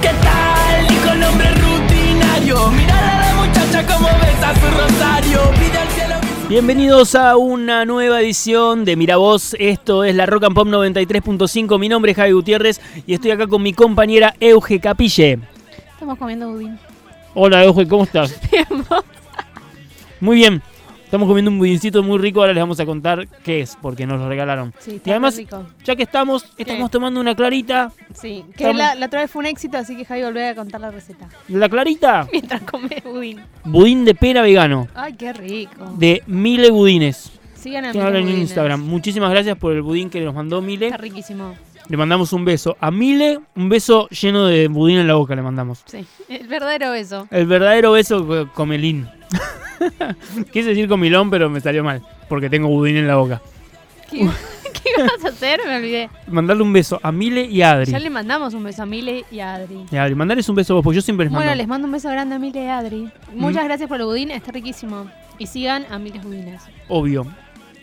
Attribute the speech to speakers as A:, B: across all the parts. A: ¿qué tal? Dijo el hombre rutinario. Mirala a la muchacha como besa su rosario. Pide al cielo.
B: Bienvenidos a una nueva edición de Miravoz. Esto es la Rock and Pop 93.5. Mi nombre es Javi Gutiérrez y estoy acá con mi compañera Euge Capille.
C: Estamos comiendo budín.
B: Hola Euge, ¿cómo estás?
C: Bien, vos.
B: Muy bien. Estamos comiendo un budincito muy rico, ahora les vamos a contar qué es, porque nos lo regalaron.
C: Sí,
B: Y
C: está
B: además,
C: muy rico.
B: ya que estamos, estamos tomando una clarita.
C: Sí, que
B: estamos-
C: la, la otra vez fue un éxito, así que Javi volvió a contar la receta.
B: La clarita,
C: Mientras come budín.
B: budín de pera vegano,
C: Ay, qué rico.
B: de Mile Budines.
C: Sigan a
B: Que
C: Milo
B: hablan en
C: Ah, Budines.
B: Instagram. Muchísimas gracias por el budín que nos mandó Mile.
C: Está riquísimo.
B: Le mandamos un beso. A Mile, un beso lleno de budín en la boca le mandamos.
C: Sí, el verdadero beso.
B: El verdadero beso co- comelín. Quise decir comilón, pero me salió mal, porque tengo budín en la boca.
C: ¿Qué, qué vas a hacer? Me olvidé.
B: Mandarle un beso a Mile y a Adri.
C: Ya le mandamos un beso a Mile y a Adri.
B: Y a Adri, mandarles un beso a vos, porque yo siempre les mando. Mm.
C: Bueno, les mando un beso grande a Mile y a Adri. Muchas gracias por el budín, está riquísimo. Y sigan a Miles Budines.
B: Obvio.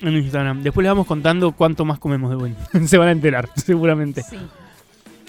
B: En Instagram. Después les vamos contando cuánto más comemos de budín. Se van a enterar, seguramente.
C: Sí,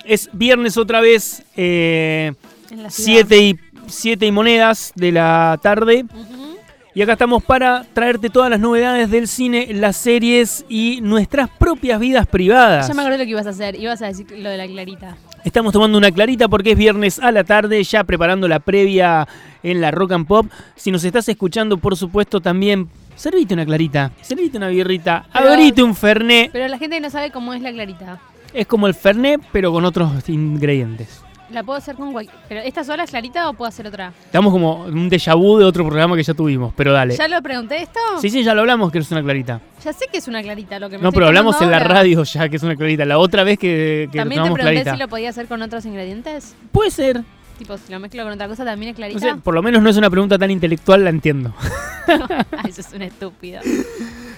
B: Es viernes otra vez. Eh,
C: en la ciudad.
B: 7 y, siete y monedas de la tarde.
C: Ujú.
B: Y acá estamos para traerte todas las novedades del cine, las series y nuestras propias vidas privadas.
C: Ya me acordé lo que ibas a hacer. Ibas a decir lo de la clarita.
B: Estamos tomando una clarita porque es viernes a la tarde, ya preparando la previa en la Rock and Pop. Si nos estás escuchando, por supuesto, también servite una clarita, servite una birrita,
C: Pero-
B: abrite un fernet.
C: Pero la gente no sabe cómo es la clarita.
B: Es como el fernet, pero con otros ingredientes.
C: La puedo hacer con cualquier. Pero esta sola es clarita o puedo hacer otra.
B: Estamos como en un déjà vu de otro programa que ya tuvimos, pero dale.
C: ¿Ya lo pregunté esto?
B: Sí, sí, ya lo hablamos que es una clarita.
C: Ya sé que es una clarita lo que me
B: No,
C: estoy
B: pero hablamos en
C: tomando
B: la
C: ahora.
B: radio ya que es una clarita. La otra vez que, que
C: También te
B: tomamos
C: pregunté
B: clarita.
C: si lo podía hacer con otros ingredientes.
B: Puede ser.
C: Tipo, si lo mezclo con otra cosa también es
B: No
C: clarita.
B: sé, por lo menos no es una pregunta tan intelectual, la entiendo.
C: Ah, eso es una estúpida.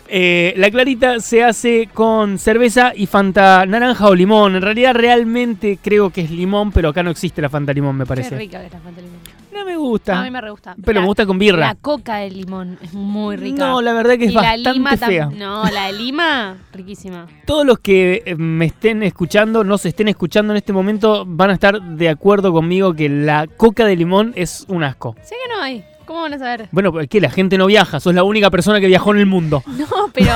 B: Eh, la clarita se hace con cerveza y fanta naranja o limón. En realidad realmente creo que es limón, pero acá no existe la fanta limón, me
C: Qué
B: parece.
C: rica que es la Fanta de limón.
B: No me
C: A
B: gusta.
C: mí me re gusta.
B: Pero
C: La-
B: me gusta con
C: La
B: birra.
C: coca de limón es muy rica.
B: No, la verdad que es
C: y
B: bastante
C: la lima tam-
B: fea.
C: No, la de lima, riquísima.
B: Todos los que eh, me estén escuchando, nos estén escuchando en este momento, van a estar de acuerdo conmigo que la coca de limón es un asco.
C: Sé que no hay. ¿Cómo van a saber?
B: Bueno, ¿por ¿qué? La gente no viaja, sos la única persona que viajó en el mundo.
C: No, pero.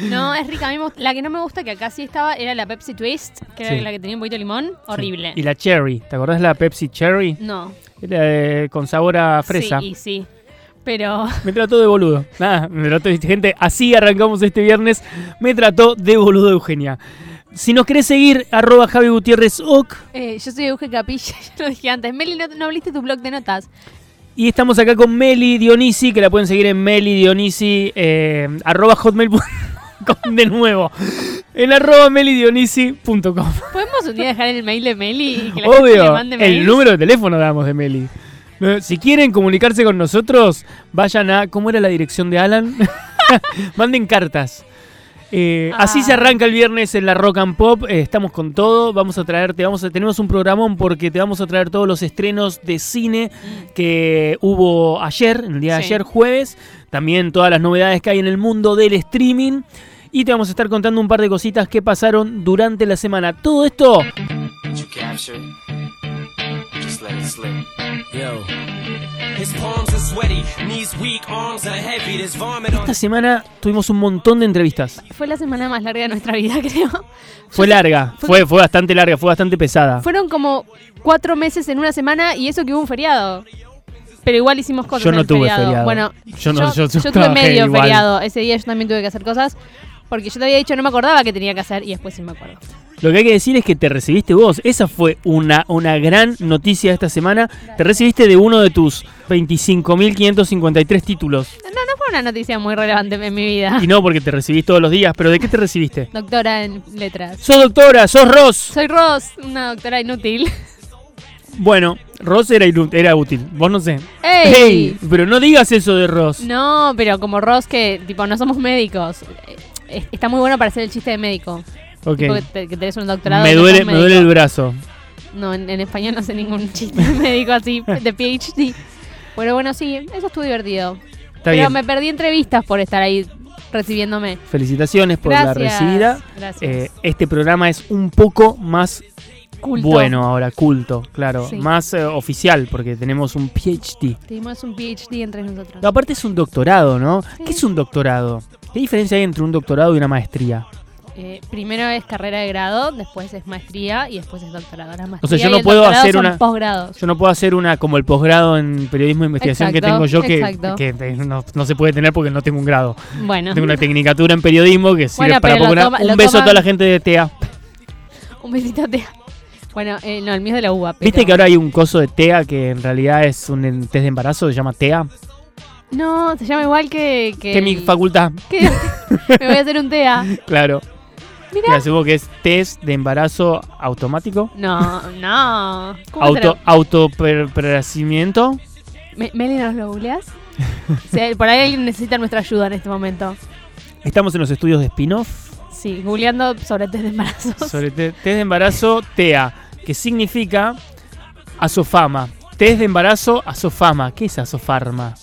C: No, es rica. A mí me gust- la que no me gusta, que acá sí estaba, era la Pepsi Twist, que
B: Sí.
C: era la que tenía un poquito de limón. Horrible.
B: Y la Cherry, ¿te acordás la Pepsi Cherry?
C: No.
B: Era, eh, con sabor a fresa.
C: Sí, y sí. Pero
B: Me trató de boludo. Nada, me trató de gente. Así arrancamos este viernes. Me trató de boludo Eugenia. Si nos querés seguir, arroba Javi Gutiérrez Oc.
C: eh, yo soy Euge Capilla, ya lo dije antes. Meli, no, no abriste tu blog de notas.
B: Y estamos acá con Meli Dionisi, que la pueden seguir en Meli Dionisi, eh, arroba hotmail.com de nuevo. En arroba melidionisi.com.
C: ¿Podemos un día dejar el mail de Meli y que la gente le
B: Obvio,
C: mande mails?
B: el número de teléfono damos de Meli. No, Si quieren comunicarse con nosotros, vayan a. ¿Cómo era la dirección de Alan? Manden cartas. Eh,
C: Ah.
B: Así se arranca el viernes en la Rock and Pop. Eh, estamos con todo. Vamos a traerte, vamos a, tenemos un programón porque te vamos a traer todos los estrenos de cine que hubo ayer, en el día de
C: Sí.
B: ayer, jueves. También todas las novedades que hay en el mundo del streaming. Y te vamos a estar contando un par de cositas que pasaron durante la semana. Todo esto
D: Did you capture it? Just let it slip. Yo. His palms are sweaty, knees weak, arms are heavy, there's vomit on
B: Esta semana tuvimos un montón de entrevistas.
C: Fue la semana más larga de nuestra vida, creo.
B: Fue larga,
C: Fue-
B: fue, fue bastante larga, fue bastante pesada.
C: Fueron como cuatro meses en una semana y eso que hubo un feriado. Pero igual hicimos cosas.
B: Yo
C: en
B: no
C: el
B: tuve feriado.
C: Bueno,
B: Yo no- yo- yo
C: tuve
B: trabajé
C: medio
B: igual.
C: feriado. Ese día yo también tuve que hacer cosas. Porque yo te había dicho no me acordaba que tenía que hacer y después sí me acuerdo.
B: Lo que hay que decir es que te recibiste vos. Esa fue una, una gran noticia esta semana. Te recibiste de uno de tus 25.553 títulos.
C: No, no fue una noticia muy relevante en mi vida.
B: Y no porque te recibís todos los días, pero ¿de qué te recibiste?
C: Doctora en letras.
B: Sos doctora, sos Ross.
C: Soy Ross, una doctora inútil.
B: Bueno, Ross era, inú- era útil, vos no sé.
C: ¡Ey!
B: Ey, Pero no digas eso de Ross.
C: No, pero como Ross que, tipo, no somos médicos. Eh, es- Está muy bueno para hacer el chiste de médico.
B: Ok.
C: Tipo que, te- que tenés un doctorado.
B: Me
C: y no
B: duele,
C: sos
B: me
C: médico.
B: duele el brazo.
C: No, en, en español no sé ningún chiste médico así de PhD. Pero bueno, sí, eso estuvo divertido.
B: Está
C: pero
B: bien.
C: me perdí entrevistas por estar ahí recibiéndome.
B: Felicitaciones por
C: Gracias.
B: la recibida.
C: Gracias.
B: Eh, este programa es un poco más
C: culto.
B: bueno ahora, culto, claro.
C: Sí.
B: Más eh, oficial, porque tenemos un PhD.
C: Tenemos un PhD entre nosotros.
B: No, aparte es un doctorado, ¿no?
C: Sí.
B: ¿Qué es un doctorado? ¿Qué diferencia hay entre un doctorado y una maestría?
C: Eh, primero es carrera de grado, después es maestría y después es doctorado. La maestría
B: yo
C: y
B: no
C: el
B: puedo
C: doctorado
B: hacer
C: son
B: una-
C: posgrados.
B: Yo no puedo hacer una como el posgrado en periodismo de investigación que
C: Exacto,
B: tengo yo, que,
C: exacto.
B: que, eh, no, no se puede tener porque no tengo un grado.
C: Bueno,
B: Tengo una tecnicatura en periodismo que sirve
C: Bueno,
B: para
C: pero lo
B: posgrado.
C: toma-
B: Un
C: lo
B: beso a
C: toman-
B: toda la gente de TEA.
C: un besito te. Bueno, eh, no, el mío es de la UBA. pero-
B: ¿Viste que ahora hay un coso de TEA que en realidad es un en- test de embarazo? Se llama TEA.
C: No, se llama igual que. Que,
B: Que mi facultad,
C: que- Me voy a hacer un TEA.
B: claro. Que
C: Mira.
B: asumo que es test de embarazo automático.
C: No, no. ¿Cómo
B: Auto,
C: será?
B: autoperacimiento.
C: Me- Meli, ¿nos lo googleas? Sí, por ahí alguien necesita nuestra ayuda en este momento.
B: Estamos en los estudios de spin-off
C: Sí, googleando sobre test de embarazos.
B: sobre te- test de embarazo TEA, que significa azofama. Test de embarazo azofama. ¿Qué es azofarma?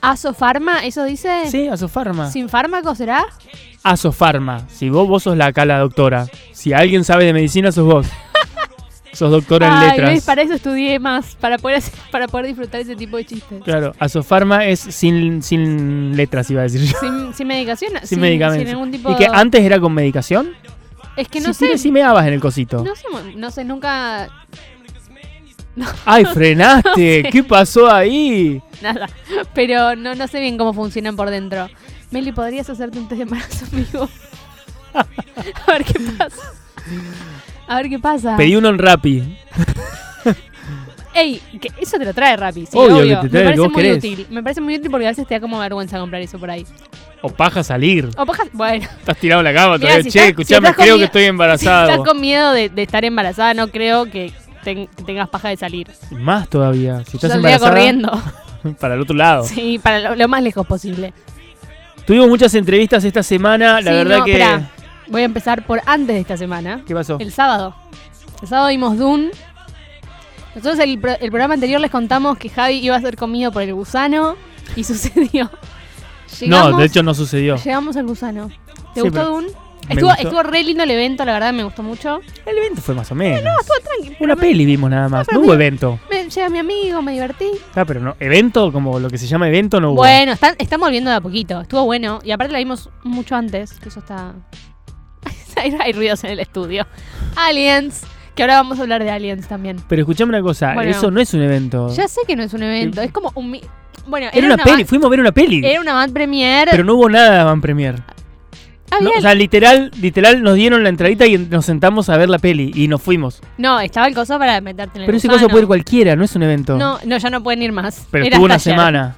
C: ¿Asofarma? ¿Eso dice?
B: Sí, azofarma.
C: ¿Sin fármaco será?
B: Azofarma. Si vos, vos sos la acá la doctora. Si alguien sabe de medicina, sos vos. sos doctora en
C: Ay,
B: letras.
C: Luis, para eso estudié más, para poder, hacer- para poder disfrutar ese tipo de chistes.
B: Claro, azofarma es sin, sin letras, iba a decir yo.
C: Sin, sin medicación, sin,
B: Sin, medicamentos.
C: sin ningún tipo
B: Y que
C: de-
B: antes era con medicación.
C: Es que no
B: si
C: sé,
B: tira- si me dabas en el cosito.
C: no sé, no sé, nunca
B: ¡Ay, frenaste!
C: sé.
B: ¿Qué pasó ahí?
C: nada, pero no, no sé bien cómo funcionan por dentro. Meli, ¿podrías hacerte un test de embarazo amigo? A ver qué pasa. A ver qué pasa.
B: Pedí uno en Rappi.
C: Ey, que eso te lo trae Rappi, sí,
B: Obvio
C: obvio.
B: que te trae
C: Me
B: lo que
C: parece
B: vos
C: muy
B: querés.
C: útil. Me parece muy útil porque a veces te da como vergüenza comprar eso por ahí.
B: O paja salir.
C: O pajas, bueno.
B: Estás tirado en la cama
C: Mirá,
B: todavía.
C: si
B: che,
C: estás- si
B: escuchame,
C: estás con
B: creo
C: mi-
B: que estoy
C: Si estás
B: embarazada.
C: con miedo de, de estar embarazada, no creo que ten- que tengas paja de salir.
B: Más todavía. Si
C: Yo
B: estás
C: saldría
B: embarazada, Oh.
C: corriendo.
B: para el otro lado.
C: Sí, para lo, lo más lejos posible.
B: Tuvimos muchas entrevistas esta semana. Ah, La
C: Sí,
B: verdad
C: no,
B: que.
C: esperá. Voy a empezar por antes de esta semana.
B: ¿Qué pasó?
C: El sábado. El sábado vimos Dune. Nosotros el, pro- el programa anterior les contamos que Javi iba a ser comido por el gusano y sucedió.
B: No,
C: Llegamos-
B: de hecho no sucedió.
C: Llegamos al gusano.
B: Sí,
C: ¿Te gustó
B: pero-
C: Dune?
B: me
C: Estuvo,
B: gustó.
C: estuvo re lindo el evento, la verdad me gustó mucho.
B: El evento fue más o menos.
C: Tranqui, pero
B: Una
C: me-
B: peli vimos nada más.
C: pero
B: No hubo
C: mira-
B: evento.
C: me- llega mi amigo, me divertí.
B: Ah, pero no. Evento, como lo que se llama evento, no hubo.
C: Bueno, están, están volviendo de a poquito. Estuvo bueno. Y aparte la vimos mucho antes, que eso está. hay, hay ruidos en el estudio. Aliens. Que ahora vamos a hablar de Aliens también.
B: Pero escuchame una cosa.
C: Bueno.
B: eso no es un evento.
C: Ya sé que no es un evento, es como un. mi- Bueno, era,
B: Ah. Era una, peli,
C: van-
B: fuimos a ver una peli.
C: Era una van premier.
B: Pero no hubo nada de Van Premier. No,
C: Había-
B: o sea, literal, literal nos dieron la entradita y nos sentamos a ver la peli y nos fuimos.
C: no, estaba el coso para meterte en el
B: Pero ese
C: gusano.
B: coso puede ir cualquiera, no es un evento.
C: No, no, ya no pueden ir más.
B: pero
C: Era
B: estuvo una
C: hasta ayer.
B: semana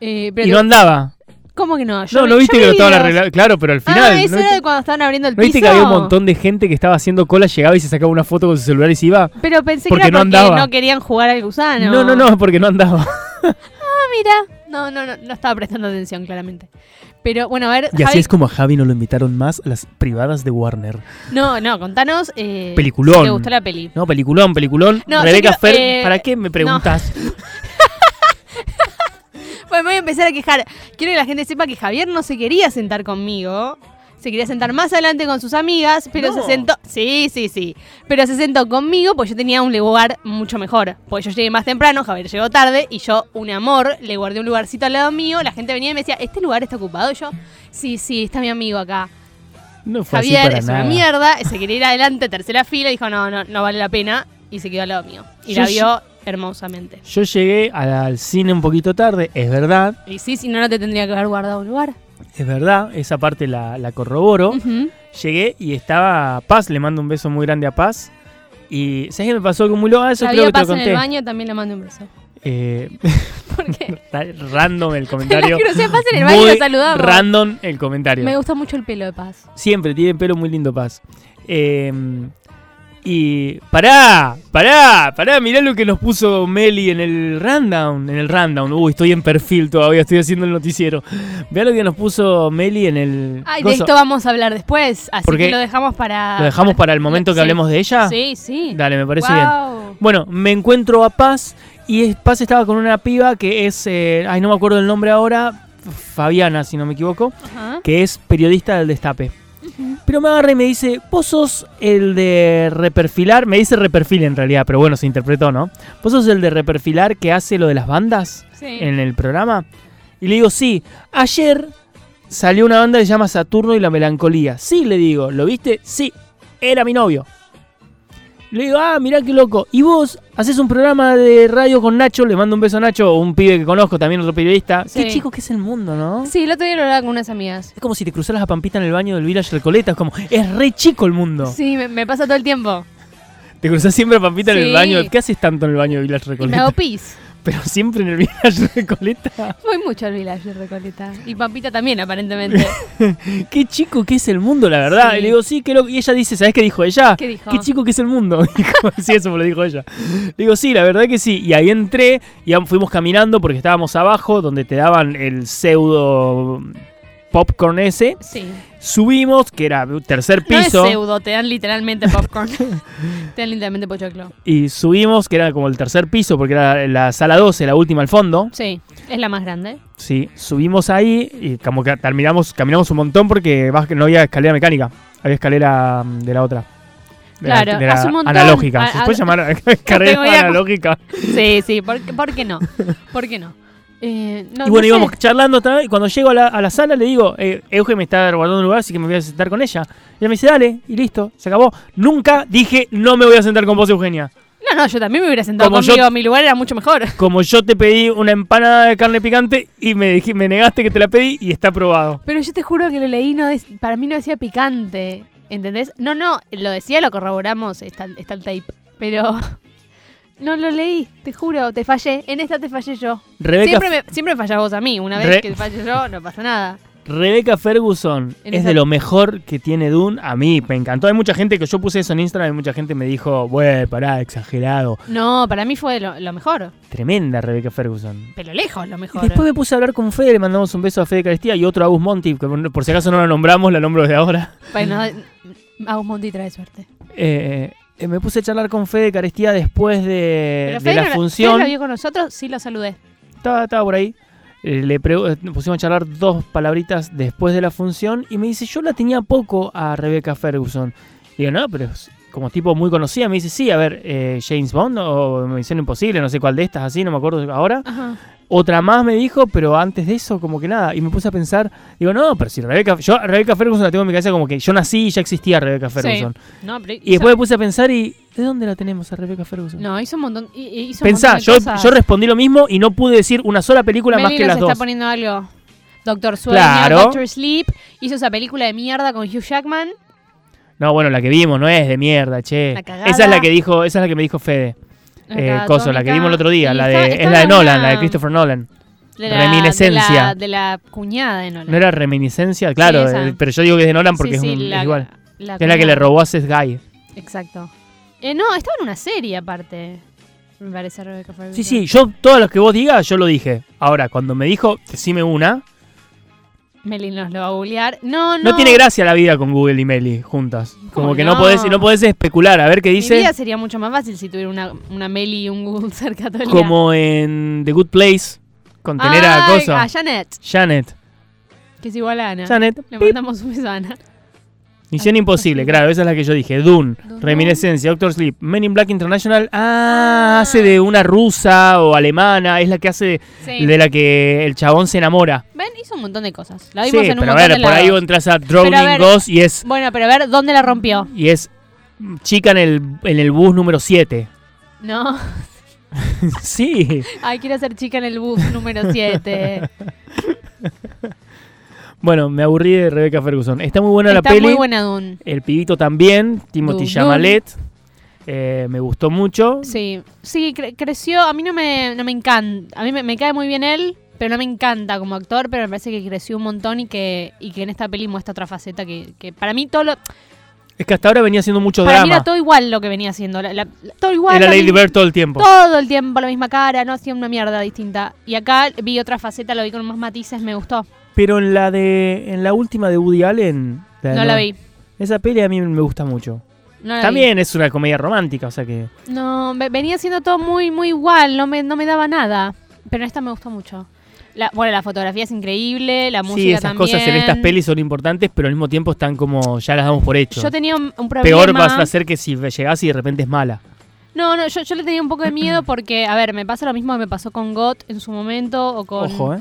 C: Eh, pero
B: y
C: te-
B: no andaba.
C: ¿Cómo que no? Yo
B: No,
C: vi-
B: no
C: yo
B: viste
C: vi
B: que lo estaban
C: videos.
B: arreglando. Claro, pero al final.
C: Ah, eso
B: ¿no,
C: era de
B: viste,
C: cuando estaban abriendo el
B: ¿no
C: piso.
B: viste que había un montón de gente que estaba haciendo cola, llegaba y se sacaba una foto con su celular y se iba?
C: Pero pensé
B: Porque
C: que era
B: no
C: porque
B: andaba.
C: no querían jugar al gusano.
B: No, no, no, porque no andaba.
C: Ah, mira. No, no, no, no estaba prestando atención, claramente. Pero bueno, a ver.
B: Y así
C: Javi-
B: es como a Javi no lo invitaron más a las privadas de Warner.
C: No, no, contanos. Eh,
B: Peliculón.
C: Si te gustó la peli.
B: No, peliculón, peliculón.
C: No, yo
B: Rebeca
C: quiero,
B: Fer,
C: eh,
B: ¿para qué me preguntas?
C: Bueno, me voy a empezar a quejar. Quiero que la gente sepa que Javier no se quería sentar conmigo. Se quería sentar más adelante con sus amigas, pero
B: No.
C: se sentó. Sí, sí, sí. Pero se sentó conmigo porque yo tenía un lugar mucho mejor. Pues yo llegué más temprano, Javier llegó tarde y yo, un amor, le guardé un lugarcito al lado mío. La gente venía y me decía, ¿este lugar está ocupado? Y yo, sí, sí, está mi amigo acá.
B: No fue así
C: Javier
B: para
C: es
B: nada.
C: una mierda, se quería ir adelante, tercera fila, dijo, no, no, no vale la pena. Y se quedó al lado mío. Y
B: Yo
C: la
B: sí-
C: vio hermosamente.
B: Yo llegué al- al cine un poquito tarde, es verdad,
C: Y sí, si no, no te tendría que haber guardado un lugar.
B: Es verdad, esa parte la, la corroboro.
C: Ujú.
B: Llegué y estaba Paz, le mando un beso muy grande a Paz. Y ¿sabes qué me pasó como muy loco? Ah, Eso
C: la
B: creo
C: había
B: que te lo
C: pasado en
B: conté.
C: el baño, también le mando un beso.
B: Eh,
C: Porque
B: está random el
C: la
B: comentario.
C: crucé a Paz en el baño y
B: Muy
C: la saludamos.
B: Random el comentario.
C: Me gusta mucho el pelo de Paz.
B: Siempre tiene pelo muy lindo Paz. Eh, y pará, pará, pará, mirá lo que nos puso Meli en el rundown, en el rundown. Uy, estoy en perfil todavía, estoy haciendo el noticiero. Mirá lo que nos puso Meli en el
C: Ay, de
B: coso.
C: esto vamos a hablar después, así
B: Porque
C: que lo dejamos para...
B: ¿Lo dejamos para el momento que
C: Sí.
B: hablemos de ella?
C: Sí, sí.
B: Dale, me parece bien.
C: Guau.
B: Bueno, me encuentro a Paz y es- Paz estaba con una piba que es, eh, ay, no me acuerdo el nombre ahora, Fabiana, si no me equivoco,
C: Ajá.
B: que es periodista del Destape. Pero me agarra y me dice, vos sos el de reperfilar, me dice reperfil en realidad, pero bueno, se interpretó, ¿no? Vos sos el de reperfilar que hace lo de las bandas
C: Sí.
B: en el programa. Y le digo, sí, ayer salió una banda que se llama Saturno y la Melancolía. Sí, le digo, ¿lo viste? Sí, era mi novio. Le digo, ah, mirá qué loco. Y vos haces un programa de radio con Nacho, le mando un beso a Nacho, un pibe que conozco, también otro periodista. Qué
C: Sí.
B: chico que es el mundo, ¿no?
C: Sí, el otro día lo hablaba con unas amigas.
B: Es como si te cruzaras a Pampita en el baño del Village Recoleta. Es como, es re chico el mundo.
C: Sí, me, me pasa todo el tiempo.
B: Te cruzas siempre a Pampita en el
C: Sí.
B: baño. ¿Qué haces tanto en el baño del Village
C: Y me
B: Recoleta?
C: hago pis.
B: Pero siempre en el Village Recoleta.
C: Voy mucho al village de Recoleta. Y Pampita también, aparentemente.
B: Qué chico que es el mundo, la verdad.
C: Sí.
B: Y le digo, sí, qué loco. Y ella dice, ¿sabes qué dijo ella?
C: ¿Qué dijo?
B: Qué chico que es el mundo. Dijo, sí, eso me lo dijo ella. Le digo, sí, la verdad que sí. Y ahí entré y am- fuimos caminando porque estábamos abajo donde te daban el pseudo popcorn ese.
C: Sí.
B: Subimos, que era tercer
C: No es
B: piso.
C: pseudo, te dan literalmente popcorn. te dan literalmente pochoclo.
B: Y subimos, que era como el tercer piso, porque era la sala 12, la última al fondo.
C: Sí, es la más grande.
B: Sí, subimos ahí y como que terminamos, caminamos un montón porque vas- no había escalera mecánica, había escalera mm, de la otra. De la-
C: Claro,
B: de la
C: hace un montón.
B: analógica.
C: A-
B: ¿Se
C: a-
B: puede llamar escalera
C: tengo idea cómo-
B: analógica?
C: Sí, sí, ¿por, qué- por qué no? ¿Por qué no? Eh, no,
B: y bueno,
C: no sé.
B: íbamos charlando otra vez, y cuando llego a la, a la sala le digo, eh, Euge me está guardando un lugar, así que me voy a sentar con ella. Y ella me dice, dale, y listo, se acabó. Nunca dije, no me voy a sentar con vos, Eugenia.
C: No, no, yo también me hubiera sentado
B: Como yo-
C: conmigo. Mi lugar era mucho mejor.
B: Como yo te pedí una empanada de carne picante y me, dij- me negaste que te la pedí y está aprobado.
C: Pero yo te juro que lo leí, no es- para mí no decía picante. ¿Entendés? No, no, lo decía, lo corroboramos, está, está el tape. Pero no lo leí, te juro, te fallé. En esta te fallé yo.
B: Rebeca,
C: Siempre, me, siempre fallás vos a mí. Una vez
B: Re-
C: que falles yo, no pasa nada.
B: Rebeca Ferguson
C: En
B: es
C: esa-
B: de lo mejor que tiene Dune. A mí me encantó. Hay mucha gente que yo puse eso en Instagram y mucha gente me dijo, wey, pará, exagerado.
C: No, para mí fue lo, lo mejor.
B: Tremenda Rebeca Ferguson.
C: Pero lejos lo mejor.
B: Y después me puse a hablar con Fede, le mandamos un beso a Fede Carestía y otro a Agus Monti, que por por si acaso no la nombramos, la nombro desde ahora.
C: Bueno, a un Monti trae suerte.
B: Eh, eh, me puse a charlar con Fede Carestía después de,
C: Pero
B: Eh, de
C: Fede
B: la
C: no- Fede
B: función.
C: lo vio con nosotros, sí lo saludé.
B: Estaba, estaba por ahí. Eh, Le pregu- eh, pusimos a charlar dos palabritas después de la función y me dice, yo la tenía poco a Rebecca Ferguson. Digo, no, pero es como tipo muy conocida. Me dice, sí, a ver, eh, James Bond o Misión Imposible, no sé cuál de estas, así, no me acuerdo ahora.
C: Ajá.
B: Otra más me dijo, pero antes de eso, como que nada. Y me puse a pensar, digo, no, pero si Rebecca, yo a Rebecca Ferguson la tengo en mi cabeza como que yo nací y ya existía Rebecca Ferguson.
C: No, pero
B: Y después me puse a pensar y, ¿de dónde la tenemos a Rebecca Ferguson?
C: No, hizo un montón. hi- hi- Hizo un
B: Pensá,
C: montón de
B: yo,
C: cosas.
B: yo respondí lo mismo y no pude decir una sola película
C: Meli
B: más que
C: nos
B: las
C: está
B: dos.
C: poniendo algo. Doctor Sueño,
B: Claro.
C: Doctor Sleep. Hizo esa película de mierda con Hugh Jackman.
B: No, bueno, la que vimos no es de mierda, che.
C: La cagada.
B: Esa es la que dijo, esa es la que me dijo Fede. Eh,
C: Acá,
B: Coso, la que
C: Atómica.
B: vimos el otro día,
C: Y
B: la
C: está-
B: de,
C: está
B: es la de
C: una-
B: Nolan, la de Christopher Nolan.
C: de la-
B: Reminiscencia.
C: De la, de la cuñada de Nolan.
B: No era reminiscencia, claro,
C: esa.
B: eh, pero yo digo que es de Nolan
C: Sí,
B: porque
C: sí,
B: es, un-
C: la-
B: es igual.
C: la
B: es la que
C: cuñada.
B: le robó a Seth Guy.
C: Exacto. Eh, no, estaba en una serie aparte. Me parece Rebecca Ferguson.
B: Sí, sí, yo todas las que vos digas, yo lo dije. Ahora, cuando me dijo, decime una,
C: Meli nos lo va a googlear. No, no.
B: no, tiene gracia la vida con Google y Meli juntas. Como que no?
C: no?
B: podés, no podés especular, a ver qué
C: Mi vida
B: dice.
C: sería mucho más fácil si tuviera una, una Meli y un Google cerca todo el día.
B: Como en The Good Place, con tener a
C: Ay,
B: Coso.
C: A Janet,
B: Janet.
C: que es igual a Ana.
B: Janet.
C: Le
B: pip.
C: mandamos un beso a Ana.
B: Misión
C: Ah,
B: Imposible,
C: sí.
B: claro, esa es la que yo dije. Dune,
C: Dune.
B: Reminiscencia, Doctor Sleep, Men in Black International. Ah, hace de una rusa o alemana, es la que hace
C: Sí.
B: de la que el chabón se enamora.
C: Ven, hizo un montón de cosas. La vimos
B: sí,
C: en un
B: pero a
C: montón
B: ver,
C: de
B: por ahí vos
C: lados.
B: entras a
C: Pero a
B: Drowning
C: ver.
B: Ghost y es,
C: Bueno, pero a ver, ¿dónde la rompió?
B: y es chica en el, en el bus número 7.
C: No.
B: sí.
C: Ay, quiero ser chica en el bus número 7.
B: Bueno, me aburrí de Rebecca Ferguson. Está muy buena
C: Está
B: la peli.
C: muy buena Dune.
B: El pibito también, Timothy
C: Dune.
B: Chamalet. Eh, me gustó mucho.
C: Sí, sí, cre- creció. A mí no me, no me encanta. A mí me, me cae muy bien él, pero no me encanta como actor. Pero me parece que creció un montón y que, y que en esta peli muestra otra faceta que, que para mí todo lo.
B: Es que hasta ahora venía haciendo mucho
C: Para mí
B: drama.
C: era todo igual lo que venía haciendo. la- la- la- todo igual.
B: Era
C: la
B: Lady
C: misma-
B: Bird todo el tiempo.
C: Todo el tiempo la misma cara, no hacía una mierda distinta. Y acá vi otra faceta, lo vi con más matices, me gustó.
B: Pero en la de en la última de Woody Allen, de
C: No
B: nueva-
C: la vi.
B: Esa peli a mí me gusta mucho.
C: no la vi.
B: También es una comedia romántica, o sea que
C: No, ve- venía siendo todo muy, muy igual, no me, no me daba nada. Pero esta me gustó mucho. La- bueno, la fotografía es increíble, la música
B: Sí, esas
C: también.
B: cosas en estas pelis son importantes, pero al mismo tiempo están como ya las damos por hecho.
C: Yo tenía un, un problema.
B: Peor vas a ser que si llegás y de repente es mala.
C: No, no, yo, yo le tenía un poco de miedo porque, a ver, me pasa lo mismo que me pasó con Got en su momento o con.
B: Ojo, ¿eh?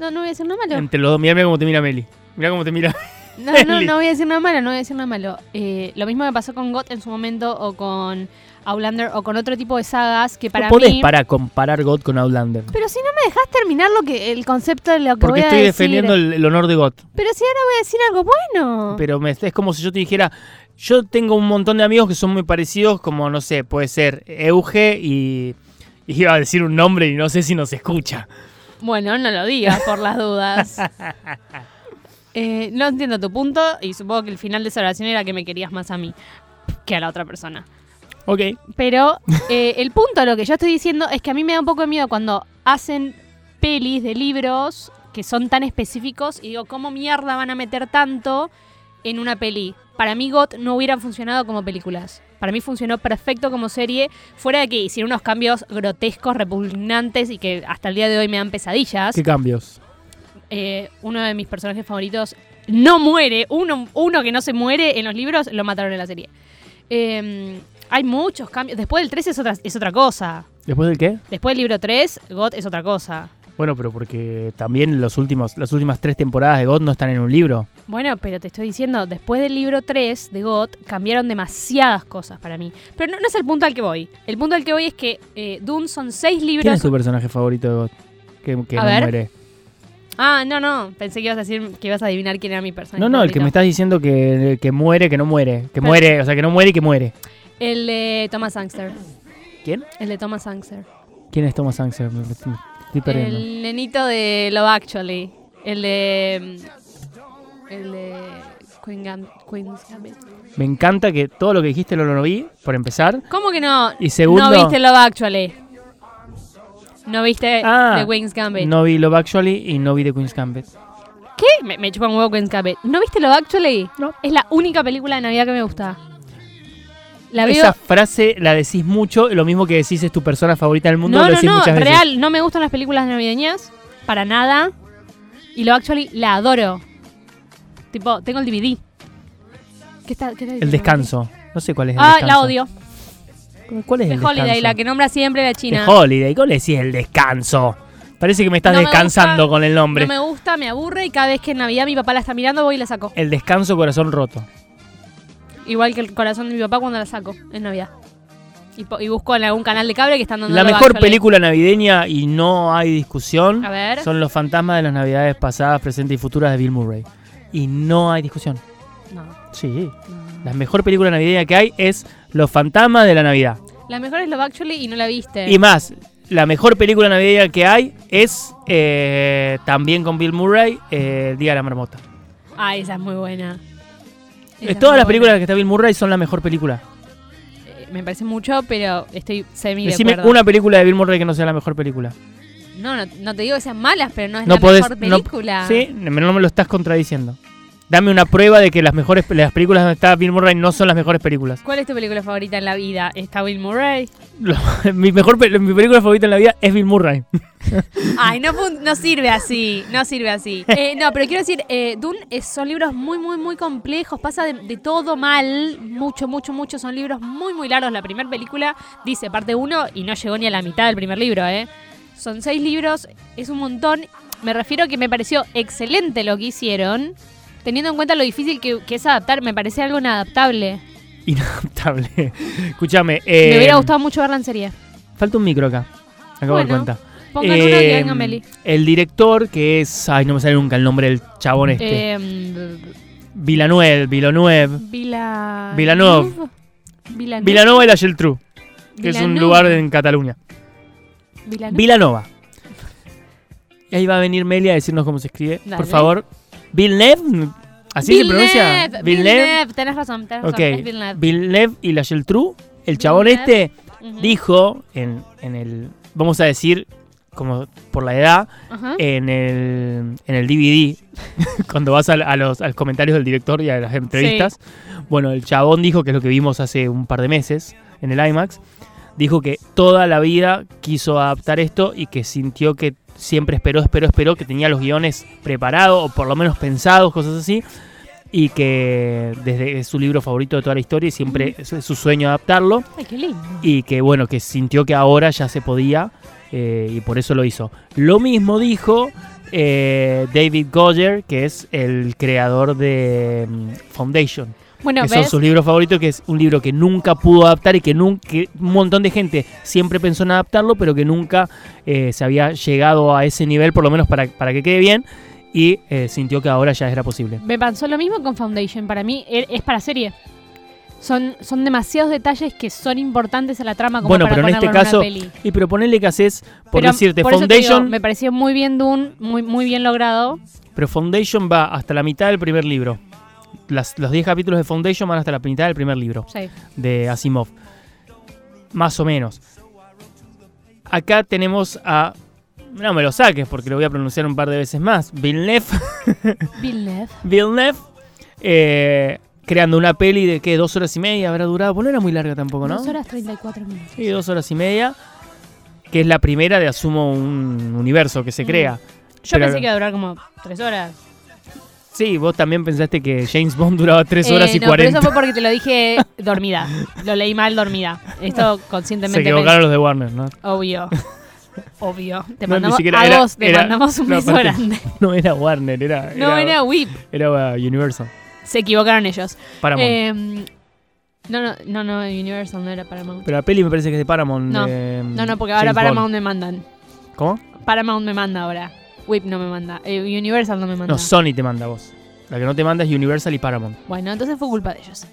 C: No, no voy a decir nada malo.
B: Entre los dos, mirá, mirá cómo te mira Meli. Mirá cómo te mira.
C: No, no,
B: Eli.
C: no voy a decir nada malo, no voy a decir nada malo. Eh, lo mismo me pasó con Got en su momento o con Outlander o con otro tipo de sagas que para
B: no podés
C: mí.
B: para comparar God con Outlander.
C: Pero si no me dejás terminar lo que el concepto de lo que
B: Porque
C: voy a
B: estoy
C: decir.
B: defendiendo el, el honor de God.
C: Pero si ahora voy a decir algo bueno.
B: Pero me- es como si yo te dijera, yo tengo un montón de amigos que son muy parecidos, como, no sé, puede ser Euge y... y Iba a decir un nombre y no sé si nos escucha.
C: Bueno, no lo digas por las dudas. Eh, no entiendo tu punto y supongo que el final de esa oración era que me querías más a mí que a la otra persona.
B: Ok.
C: Pero eh, el punto, lo que yo estoy diciendo, es que a mí me da un poco de miedo cuando hacen pelis de libros que son tan específicos y digo, ¿cómo mierda van a meter tanto en una peli? Para mí, GOT no hubieran funcionado como películas. Para mí funcionó perfecto como serie, fuera de que hicieron unos cambios grotescos, repugnantes y que hasta el día de hoy me dan pesadillas.
B: ¿Qué cambios?
C: Eh, uno de mis personajes favoritos no muere. Uno, uno que no se muere en los libros lo mataron en la serie. Eh, hay muchos cambios. Después del 3 es otra, es otra cosa.
B: ¿Después del qué?
C: Después del libro 3, God es otra cosa.
B: Bueno, pero porque también los últimos, las últimas tres temporadas de God no están en un libro.
C: Bueno, pero te estoy diciendo, después del libro 3 de God cambiaron demasiadas cosas para mí. Pero no, no es el punto al que voy. El punto al que voy es que eh, Dune son seis libros.
B: ¿Quién es tu personaje favorito de God? Que, que
C: A
B: no
C: ver.
B: muere.
C: Ah, no, no. Pensé que ibas a decir que ibas a adivinar quién era mi personaje.
B: No, no, el que
C: favorito.
B: me estás diciendo que, que muere, que no muere. Que
C: Pero-
B: muere, o sea, que no muere y que muere.
C: El de Thomas Angster.
B: ¿Quién?
C: El de Thomas Angster.
B: ¿Quién es Thomas Hanks? Me- me- me Estoy perdiendo.
C: El nenito de Love Actually. El de. El de. Queen Gam- Queen's Gambit.
B: Me encanta que todo lo que dijiste lo, lo vi, por empezar.
C: ¿Cómo que no?
B: Y segundo-
C: No viste Love Actually. No viste
B: Ah,
C: The Queen's Gambit.
B: No vi Love Actually y no vi The Queen's Gambit.
C: ¿Qué? Me, me chupa un huevo Queen's Gambit. ¿No viste Love Actually?
B: No.
C: Es la única película de Navidad que me gusta. La veo.
B: Esa frase la decís mucho, lo mismo que decís es tu persona favorita del mundo,
C: no,
B: lo
C: no,
B: decís
C: no.
B: muchas veces.
C: Real. No me gustan las películas navideñas. Para nada. Y Love Actually la adoro. Tipo, tengo el DVD. ¿Qué está, qué está diciendo?
B: El descanso. No sé cuál es el
C: Ah,
B: Eh, descanso.
C: la odio.
B: ¿Cuál es
C: De
B: el
C: Holiday,
B: descanso?
C: la que nombra siempre la
B: De
C: China.
B: Holiday, ¿cómo le decís el descanso? Parece que me estás
C: No me
B: descansando
C: gusta,
B: con el nombre.
C: No me gusta, me aburre y cada vez que en Navidad mi papá la está mirando voy y la saco.
B: El descanso corazón roto.
C: Igual que el corazón de mi papá cuando la saco en Navidad. Y, po- y busco en algún canal de cable que están dando
B: la
C: Love
B: mejor
C: Actually.
B: película navideña y no hay discusión
C: A ver.
B: son Los fantasmas de las navidades pasadas, presentes y futuras de Bill Murray. Y no hay discusión.
C: No,
B: Sí.
C: no.
B: La mejor película navideña que hay es Los fantasmas de la Navidad.
C: La mejor es Love Actually y no la viste.
B: Y más, la mejor película navideña que hay es eh, también con Bill Murray, eh, El Día de la Marmota.
C: Ah, esa es muy buena. Esa
B: Eh,
C: es
B: Todas
C: muy
B: las
C: buena.
B: películas en las que está Bill Murray son la mejor película.
C: Eh, me parece mucho, pero estoy semi de
B: Decime
C: acuerdo.
B: una película de Bill Murray que no sea la mejor película.
C: No, no, no te digo que sean malas, pero no es
B: No
C: la
B: podés-
C: mejor
B: no-
C: película.
B: Sí, no me- no me lo estás contradiciendo. Dame una prueba de que las mejores las películas donde está Bill Murray no son las mejores películas.
C: ¿Cuál es tu película favorita en la vida? ¿Está Bill Murray?
B: Lo- mi mejor pe- mi película favorita en la vida es Bill Murray.
C: Ay, no, fun- no sirve así, no sirve así. Eh, no, pero quiero decir, eh, Dune es- son libros muy, muy, muy complejos, pasa de, de todo mal, mucho, mucho, mucho, son libros muy, muy largos. La primera película dice parte 1 y no llegó ni a la mitad del primer libro, ¿eh? Son seis libros, es un montón. Me refiero a que me pareció excelente lo que hicieron, teniendo en cuenta lo difícil que, que es adaptar, me parece algo inadaptable.
B: Inadaptable. Escúchame. eh,
C: me hubiera gustado mucho verla en serie.
B: Falta un micro acá. Me acabo de dar
C: Bueno,
B: cuenta.
C: Pongan uno y
B: Eh,
C: vengan, Meli.
B: El director que es. Ay, no me sale nunca el nombre del chabón este.
C: Eh,
B: Villanueva, Villanueva.
C: Vila...
B: Vilanov.
C: Vilanov.
B: Villanueva y la Geltrú, que es un
C: Vilanov.
B: lugar en Cataluña.
C: Vilanov.
B: Vilanova. Y ahí va a venir Meli a decirnos cómo se escribe. Por
C: Dale.
B: favor. Villeneuve. ¿Así se pronuncia?
C: Villeneuve, Villeneuve. Tenés razón, tenés razón. Es
B: Ok.
C: Villeneuve.
B: Villeneuve y la Geltrú. El chabón
C: Villeneuve.
B: este
C: Ujú.
B: dijo en, en el. Vamos a decir, como por la edad,
C: Ajá.
B: en el, en el DVD, cuando vas al- a, los, a los comentarios del director y a las entrevistas, bueno, el chabón dijo, que es lo que vimos hace un par de meses en el IMAX, dijo que toda la vida quiso adaptar esto y que sintió que siempre esperó, esperó, esperó, que tenía los guiones preparados o por lo menos pensados, cosas así. Y que desde es su libro favorito de toda la historia y siempre es es su sueño adaptarlo
C: Ay, qué lindo.
B: y que bueno, que sintió que ahora ya se podía eh, y por eso lo hizo. Lo mismo dijo eh, David Goyer, que es el creador de mm, Foundation,
C: Bueno,
B: que son
C: ves,
B: sus libros favoritos, que es un libro que nunca pudo adaptar y que, nunca, que un montón de gente siempre pensó en adaptarlo, pero que nunca eh, se había llegado a ese nivel, por lo menos para, para que quede bien, y eh, sintió que ahora ya era posible.
C: me pasó lo mismo con Foundation. Para mí er- es para serie. Son, son demasiados detalles que son importantes a la trama como
B: Bueno,
C: para
B: pero en este
C: ponerlo
B: caso,
C: una peli.
B: y pero ponele que haces, por
C: Pero
B: decirte,
C: por eso te digo,
B: Foundation...
C: me pareció muy bien Dune, muy, muy bien logrado.
B: Pero Foundation va hasta la mitad del primer libro. Las- los 10 capítulos de Foundation van hasta la mitad del primer libro
C: Sí.
B: de Asimov. Más o menos. Acá tenemos a. No me lo saques porque lo voy a pronunciar un par de veces más. Villeneuve.
C: Villeneuve.
B: Villeneuve. eh, creando una peli de que dos horas y media habrá durado. Pues no era muy larga tampoco, ¿no?
C: Dos horas 34 minutos.
B: Sí, dos horas y media. Que es la primera de Asumo un universo que se
C: Mm.
B: crea.
C: Yo
B: Pero-
C: pensé que iba a durar como tres horas.
B: Sí, vos también pensaste que James Bond duraba 3
C: Eh,
B: horas y
C: no, pero
B: 40.
C: eso fue porque te lo dije dormida. Lo leí mal dormida. Esto conscientemente.
B: Se equivocaron los de Warner, ¿no?
C: pensé- Obvio. Obvio. Te
B: No, ni
C: mandamos
B: siquiera
C: a
B: era-
C: vos, te
B: era-
C: mandamos un
B: no,
C: beso
B: aparte-
C: grande.
B: No era Warner, era.
C: No, era Whip.
B: era, Universal.
C: Se equivocaron ellos.
B: Paramount.
C: Eh, no, no, no, no, Universal no era Paramount.
B: pero la peli me parece que es de Paramount.
C: No,
B: de,
C: No, no, porque ahora
B: Em, James
C: Paramount
B: Bond.
C: me mandan.
B: ¿Cómo?
C: Paramount me manda ahora. Whip no me manda. Eh, Universal no me manda.
B: No, Sony te manda a vos. La que no te manda es Universal y Paramount.
C: Bueno, entonces fue culpa de ellos.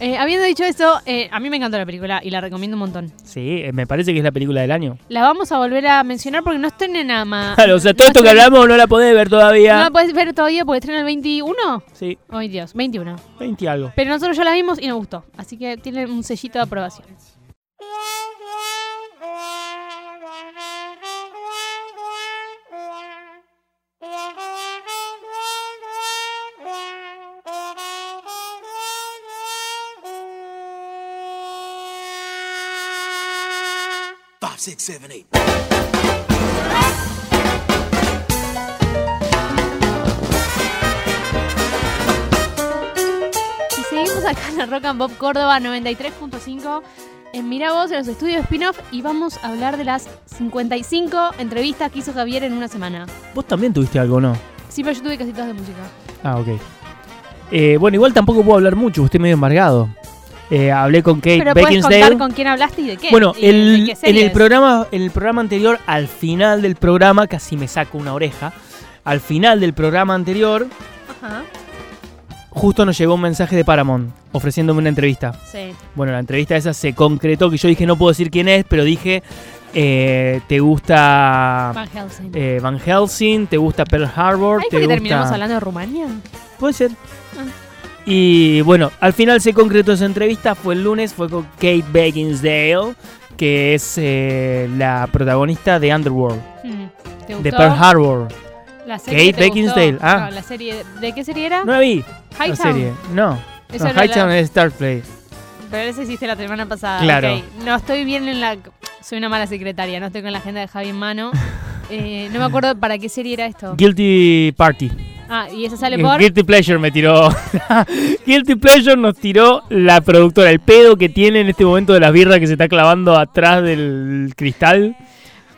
C: Eh, habiendo dicho eso, eh, a mí me encantó la película y la recomiendo un montón.
B: Sí, eh, me parece que es la película del año.
C: La vamos a volver a mencionar porque no estrena nada más.
B: Claro, o sea, todo
C: Ah, No
B: esto que
C: estrena-
B: hablamos no la podés ver
C: No
B: todavía.
C: la puedes ver todavía porque estrena el 21.
B: Sí,
C: Ay, Dios, 21.
B: 20 y algo.
C: Pero nosotros ya la vimos y nos gustó. Así que tiene un sellito de aprobación.
E: Five, six, seven, eight.
C: Y seguimos acá en la Rock and Pop Córdoba 93.5 en Mirá Vos, en los estudios spin-off. Y vamos a hablar de las 55 entrevistas que hizo Javier en una semana.
B: Vos también tuviste algo, ¿no?
C: Sí, pero yo tuve casitas de música.
B: Ah, ok. Eh, bueno, igual tampoco puedo hablar mucho, usted medio embargado. Eh, hablé con Kate
C: pero puedes
B: Beckinsale.
C: contar con quién hablaste y de qué.
B: Bueno,
C: y de
B: el- en,
C: qué
B: el
C: series.
B: programa, en el programa anterior, al final del programa, casi me saco una oreja. Al final del programa anterior,
C: Ajá,
B: justo nos llegó un mensaje de Paramount ofreciéndome una entrevista.
C: sí.
B: Bueno, la entrevista esa se concretó, que yo dije no puedo decir quién es, pero dije, eh, ¿te gusta
C: Van Helsing.
B: eh, Van Helsing? ¿Te gusta Pearl Harbor?
C: ¿Ahí
B: ¿Te
C: fue que
B: gusta-
C: terminamos hablando de Rumania?
B: Puede ser.
C: Ah.
B: Y bueno, al final se concretó esa entrevista, fue el lunes, fue con Kate Beckinsdale, que es eh, la protagonista de Underworld,
C: Mm, ¿Te gustó?
B: de Pearl Harbor.
C: La serie
B: Kate
C: que te gustó.
B: Beckinsale, ah.
C: No, la serie. ¿De qué serie era?
B: No la vi, la
C: Hightown.
B: serie. No,
C: Esa
B: no
C: era
B: Hightown
C: la-
B: es Starplay.
C: Pero esa hiciste la semana pasada.
B: Claro.
C: ok. No estoy bien en la. Soy una mala secretaria, no estoy con la agenda de Javi en mano. Eh, no me acuerdo para qué serie era esto.
B: Guilty Party.
C: Ah, y esa sale
B: En
C: por.
B: Guilty Pleasure me tiró. Guilty Pleasure nos tiró la productora, el pedo que tiene en este momento de las birras que se está clavando atrás del cristal.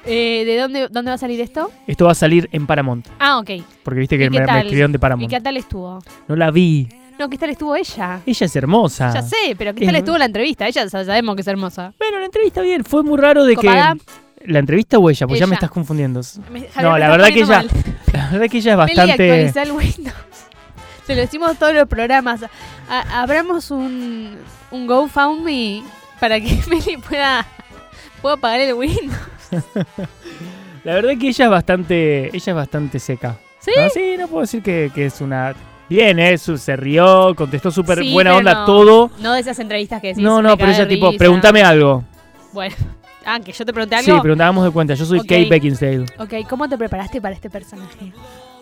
C: Eh, ¿De dónde, dónde va a salir esto?
B: Esto va a salir en Paramount,
C: Ah, ok.
B: porque viste
C: ¿Y
B: que
C: qué
B: me, me
C: tal?
B: escribieron de
C: ¿Y
B: Paramount.
C: qué tal estuvo?
B: No la vi.
C: No, ¿qué tal estuvo ella?
B: Ella es hermosa.
C: Ya sé, pero ¿qué
B: Es-
C: tal estuvo la entrevista? Ella sa- sabemos que es hermosa.
B: Bueno, la entrevista bien, fue muy raro de
C: ¿Copada?
B: que. ¿La entrevista o ella? Pues ya me
C: Ella.
B: estás confundiendo.
C: Me- Javier,
B: No,
C: me
B: la
C: estás
B: verdad que
C: poniendo
B: ella.
C: mal.
B: La verdad que ella es
C: Meli,
B: bastante.
C: actualiza el Windows. Se lo decimos todos los programas. A- abramos un, un GoFundMe para que Meli pueda, pueda pagar el Windows.
B: La verdad que ella es bastante. Ella es bastante seca.
C: ¿Sí?
B: Ah, sí, no puedo decir que, que es una. Bien, eh, su- se rió, contestó súper
C: Sí,
B: buena
C: pero
B: onda
C: no.
B: todo.
C: No de esas entrevistas que decís.
B: no,
C: me
B: no, pero
C: cae de
B: ella tipo,
C: risa.
B: pregúntame algo.
C: Bueno, ah, que yo te pregunté
B: Sí,
C: algo.
B: preguntábamos de cuenta. Yo soy
C: Ok.
B: Kate Beckinsale.
C: Ok, ¿cómo te preparaste para este personaje?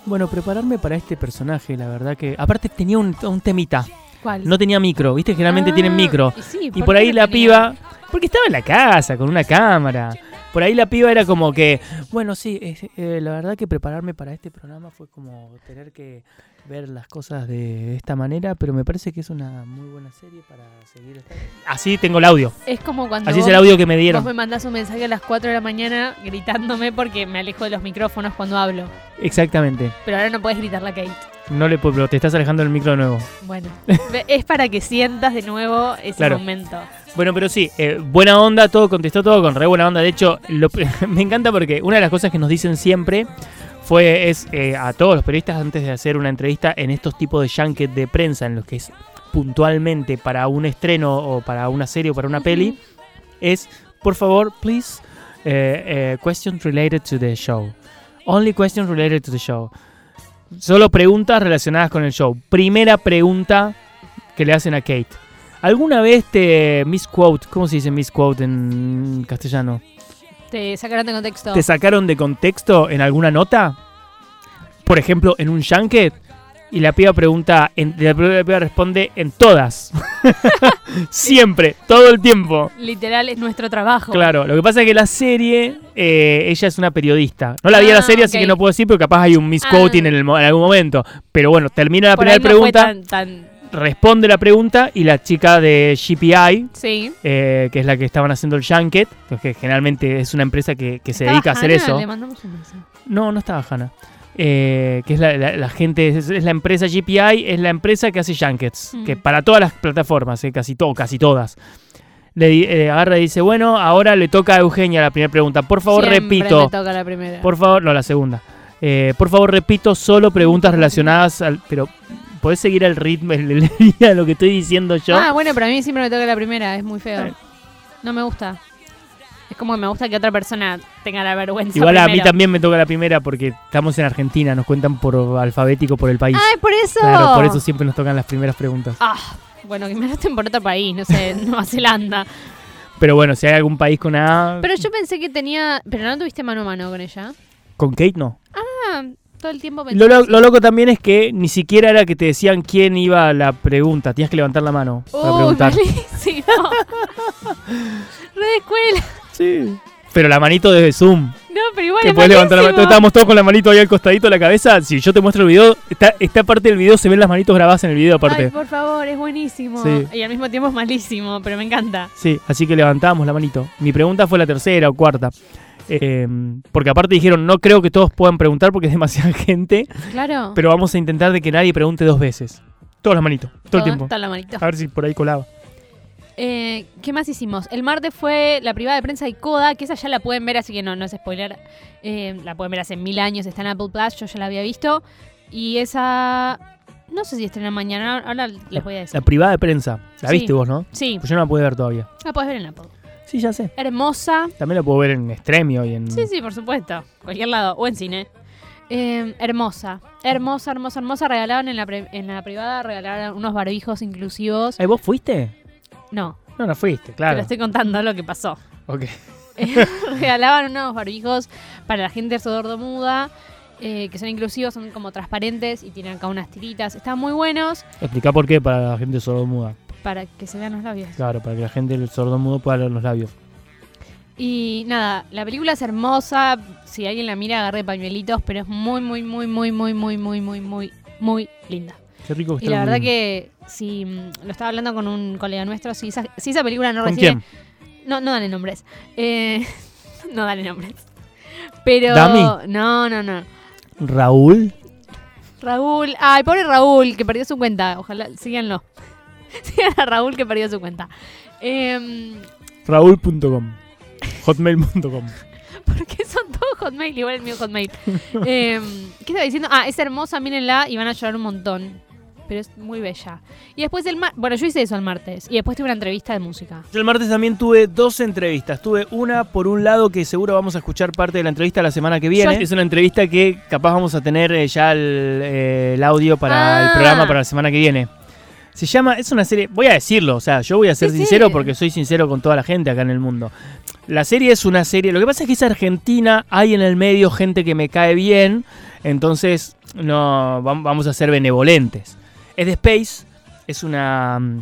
B: Bueno, prepararme para este personaje, la verdad que. Aparte tenía un, un temita.
C: ¿Cuál?
B: No tenía micro, viste, generalmente
C: Ah,
B: tienen micro.
C: Y, sí,
B: Y
C: qué
B: por ahí
C: no
B: la
C: tenía?
B: piba, porque estaba en la casa con una cámara. Por ahí la piba era como que, bueno, sí, es- eh, la verdad que prepararme para este programa fue como tener que ver las cosas de esta manera, pero me parece que es una muy buena serie para seguir. Así tengo el audio.
C: Es como cuando
B: Así es
C: vos,
B: el audio que me
C: vos
B: dieron.
C: me mandás un mensaje a las 4 de la mañana gritándome porque me alejo de los micrófonos cuando hablo.
B: Exactamente.
C: Pero ahora no puedes gritarla a Kate.
B: No le puedo, pero te estás alejando del micro de nuevo.
C: Bueno, ve- es para que sientas de nuevo ese
B: Claro.
C: momento.
B: Bueno, pero sí, eh, buena onda, todo contestó todo con re buena onda. De hecho, lo- me encanta porque una de las cosas que nos dicen siempre fue es eh, a todos los periodistas antes de hacer una entrevista en estos tipos de junkets de prensa, en los que es puntualmente para un estreno o para una serie o para una peli, es por favor, please, eh, eh, questions related to the show. Only questions related to the show. Solo preguntas relacionadas con el show. Primera pregunta que le hacen a Kate. ¿Alguna vez te misquote, cómo se dice misquote en castellano?
C: Te sacaron de contexto.
B: ¿Te sacaron de contexto en alguna nota? Por ejemplo, en un junket. Y la piba pregunta, en- la piba responde en todas. Siempre, todo el tiempo.
C: Literal, es nuestro trabajo.
B: Claro, lo que pasa es que la serie, eh, ella es una periodista. No la vi a la
C: Ah,
B: serie, así
C: ok.
B: que no puedo decir, pero capaz hay un misquoting
C: Ah.
B: en, el mo- en algún momento. Pero bueno, termina la
C: Por ahí
B: primera
C: no fue
B: pregunta,
C: tan- tan-
B: responde la pregunta y la chica de GPI,
C: Sí.
B: eh, que es la que estaban haciendo el Junket, que generalmente es una empresa que, que se
C: Estaba
B: dedica a hacer
C: Hannah,
B: eso.
C: Le mandamos un mensaje.
B: No, no estaba Hanna. Eh, que es la, la- la gente, es, es la empresa GPI, es la empresa que hace Junkets,
C: Mm.
B: que para todas las plataformas, eh, casi, todo, casi todas. Le di- eh, agarra y dice, bueno, ahora le toca a Eugenia la primera pregunta. Por favor,
C: Siempre
B: repito.
C: me toca la primera.
B: Por favor, no, la segunda. Eh, por favor, repito, solo preguntas relacionadas al... Pero, ¿podés seguir el ritmo, el, el- de lo que estoy diciendo yo?
C: Ah, bueno, pero a mí siempre me toca la primera, es muy feo.
B: Eh.
C: No me gusta. Es como que me gusta que otra persona tenga la vergüenza.
B: Igual a mí
C: primero.
B: también me toca la primera porque estamos en Argentina, nos cuentan por alfabético por el país.
C: Ah, es por eso.
B: Claro, por eso siempre nos tocan las primeras preguntas.
C: Ah, bueno, que me noten por otro país, no sé, Nueva Zelanda.
B: Pero bueno, si hay algún país con A,
C: Pero yo pensé que tenía. Pero no tuviste mano a mano con ella.
B: con Kate no.
C: Ah, todo el tiempo pensé.
B: Lo, lo- lo loco también es que ni siquiera era que te decían quién iba a la pregunta, tenías que levantar la mano para
C: Uy,
B: preguntar.
C: malísimo. Re de escuela.
B: Sí. Pero la manito desde Zoom,
C: No, pero igual.
B: que
C: es
B: puedes levantar la mano.
C: malísimo.
B: Entonces, Estábamos todos con la manito ahí al costadito de la cabeza. Si yo te muestro el video, está, está parte del video, se ven las manitos grabadas en el video aparte.
C: Ay, por favor, es buenísimo.
B: Sí.
C: Y al mismo tiempo es malísimo, pero me encanta.
B: Sí, así que levantamos la manito. Mi pregunta fue la tercera o cuarta. Eh, porque aparte dijeron, no creo que todos puedan preguntar porque es demasiada gente,
C: Claro.
B: pero vamos a intentar de que nadie pregunte dos veces. Todas las manitos, todo el tiempo. Ah.
C: Toda la manito.
B: A ver si por ahí colaba.
C: Eh, ¿Qué más hicimos? El martes fue la privada de prensa de Coda, que esa ya la pueden ver, así que no, no es spoiler. Eh, la pueden ver hace mil años, está en Apple Plus, yo ya la había visto. Y esa. No sé si estrena mañana, ahora les voy a
B: La
C: decir.
B: privada de prensa. La
C: Sí.
B: viste vos, ¿no?
C: Sí,
B: Pues yo no la pude ver todavía.
C: la puedes ver en Apple.
B: Sí, ya sé.
C: Hermosa.
B: También la puedo ver en Extremio y en...
C: Sí, sí, por supuesto. Cualquier lado, o en cine. Eh, hermosa, hermosa, hermosa, hermosa. Regalaban en la, pre- en la privada, regalaron unos barbijos inclusivos.
B: Eh, ¿Vos fuiste?
C: No,
B: No, no fuiste,
C: pero
B: claro.
C: estoy contando lo que pasó.
B: Ok.
C: regalaban unos barbijos para la gente sordomuda, eh, que son inclusivos, son como transparentes y tienen acá unas tiritas. Están muy buenos
B: Explica por qué para la gente sordomuda.
C: para que se vean los labios.
B: Claro, para que la gente del sordomudo pueda leer los labios.
C: Y nada, la película es hermosa. Si alguien la mira, agarre pañuelitos, pero es muy, muy, muy, muy, muy, muy, muy, muy, muy, muy linda.
B: Qué rico que
C: Y
B: está
C: la
B: el
C: verdad
B: mundo.
C: que si mm, lo estaba hablando con un colega nuestro, si esa, si esa película no
B: ¿Con
C: recibe.
B: quién?
C: No, no dale nombres. Eh, no dale nombres. Pero.
B: ¿Dami?
C: No, no, no.
B: ¿Raúl?
C: Raúl, ay, pobre Raúl, que perdió su cuenta. Ojalá, síganlo. Sigan a Raúl que perdió su cuenta. Em,
B: Raúl.com. Hotmail.com.
C: ¿Por qué son todos Hotmail? Igual el mío Hotmail. Em, ¿Qué estaba diciendo? Ah, es hermosa, mírenla y van a llorar un montón. Pero es muy bella. Y después el martes. Bueno, yo hice eso el martes. Y después tuve una entrevista de música.
B: Yo el martes también tuve dos entrevistas. Tuve una por un lado que seguro vamos a escuchar parte de la entrevista la semana que viene.
C: Yo-
B: Es una entrevista que capaz vamos a tener eh, ya el, eh, el audio para
C: Ah.
B: el programa para la semana que viene. Se llama, es una serie, voy a decirlo, o sea, yo voy a ser
C: Sí, sí.
B: sincero porque soy sincero con toda la gente acá en el mundo. La serie es una serie, lo que pasa es que es argentina, hay en el medio gente que me cae bien, entonces no vam- vamos a ser benevolentes. Es de Space, es mm, una mm,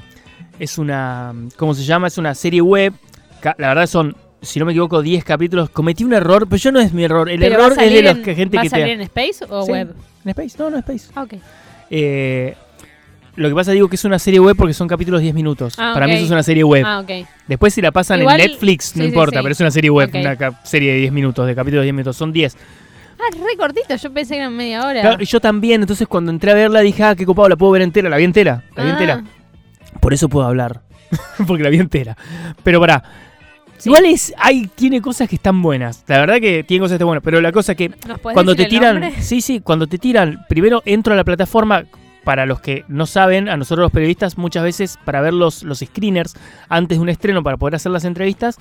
B: es una, ¿cómo se llama? Es una serie web. Ca- La verdad son si no me equivoco, 10 capítulos. Cometí un error, pero yo no es mi error. El
C: Pero va a
B: error es de
C: salir
B: los
C: en-
B: que gente
C: ¿Va
B: que
C: a salir en
B: te.
C: Space o
B: Sí,
C: web?
B: ¿En Space? No, no, Space.
C: Ah, ok.
B: Eh, lo que pasa, digo que es una serie web porque son capítulos de 10 minutos.
C: Ah,
B: Para mí
C: ok.
B: eso es una serie web.
C: Ah, ok.
B: Después, si la pasan
C: Igual-
B: en Netflix, no
C: sí, sí,
B: importa,
C: sí.
B: pero es una serie web,
C: Ok.
B: una cap- serie de 10 minutos, de capítulos de 10 minutos. Son 10.
C: Ah, re cortito, yo pensé que eran media hora.
B: Claro, y yo también, entonces cuando entré a verla dije, ah, qué copado, la puedo ver entera, la vi entera, la vi
C: Ah.
B: entera. Por eso puedo hablar, porque la vi entera. Pero pará, igual es, hay, tiene cosas que están buenas, la verdad que tiene cosas que están buenas, pero la cosa que
C: ¿Nos podés
B: cuando te
C: decir el
B: tiran,
C: nombre?
B: sí, sí, cuando te tiran, primero entro a la plataforma. Para los que no saben, a nosotros los periodistas muchas veces para ver los, los screeners antes de un estreno para poder hacer las entrevistas,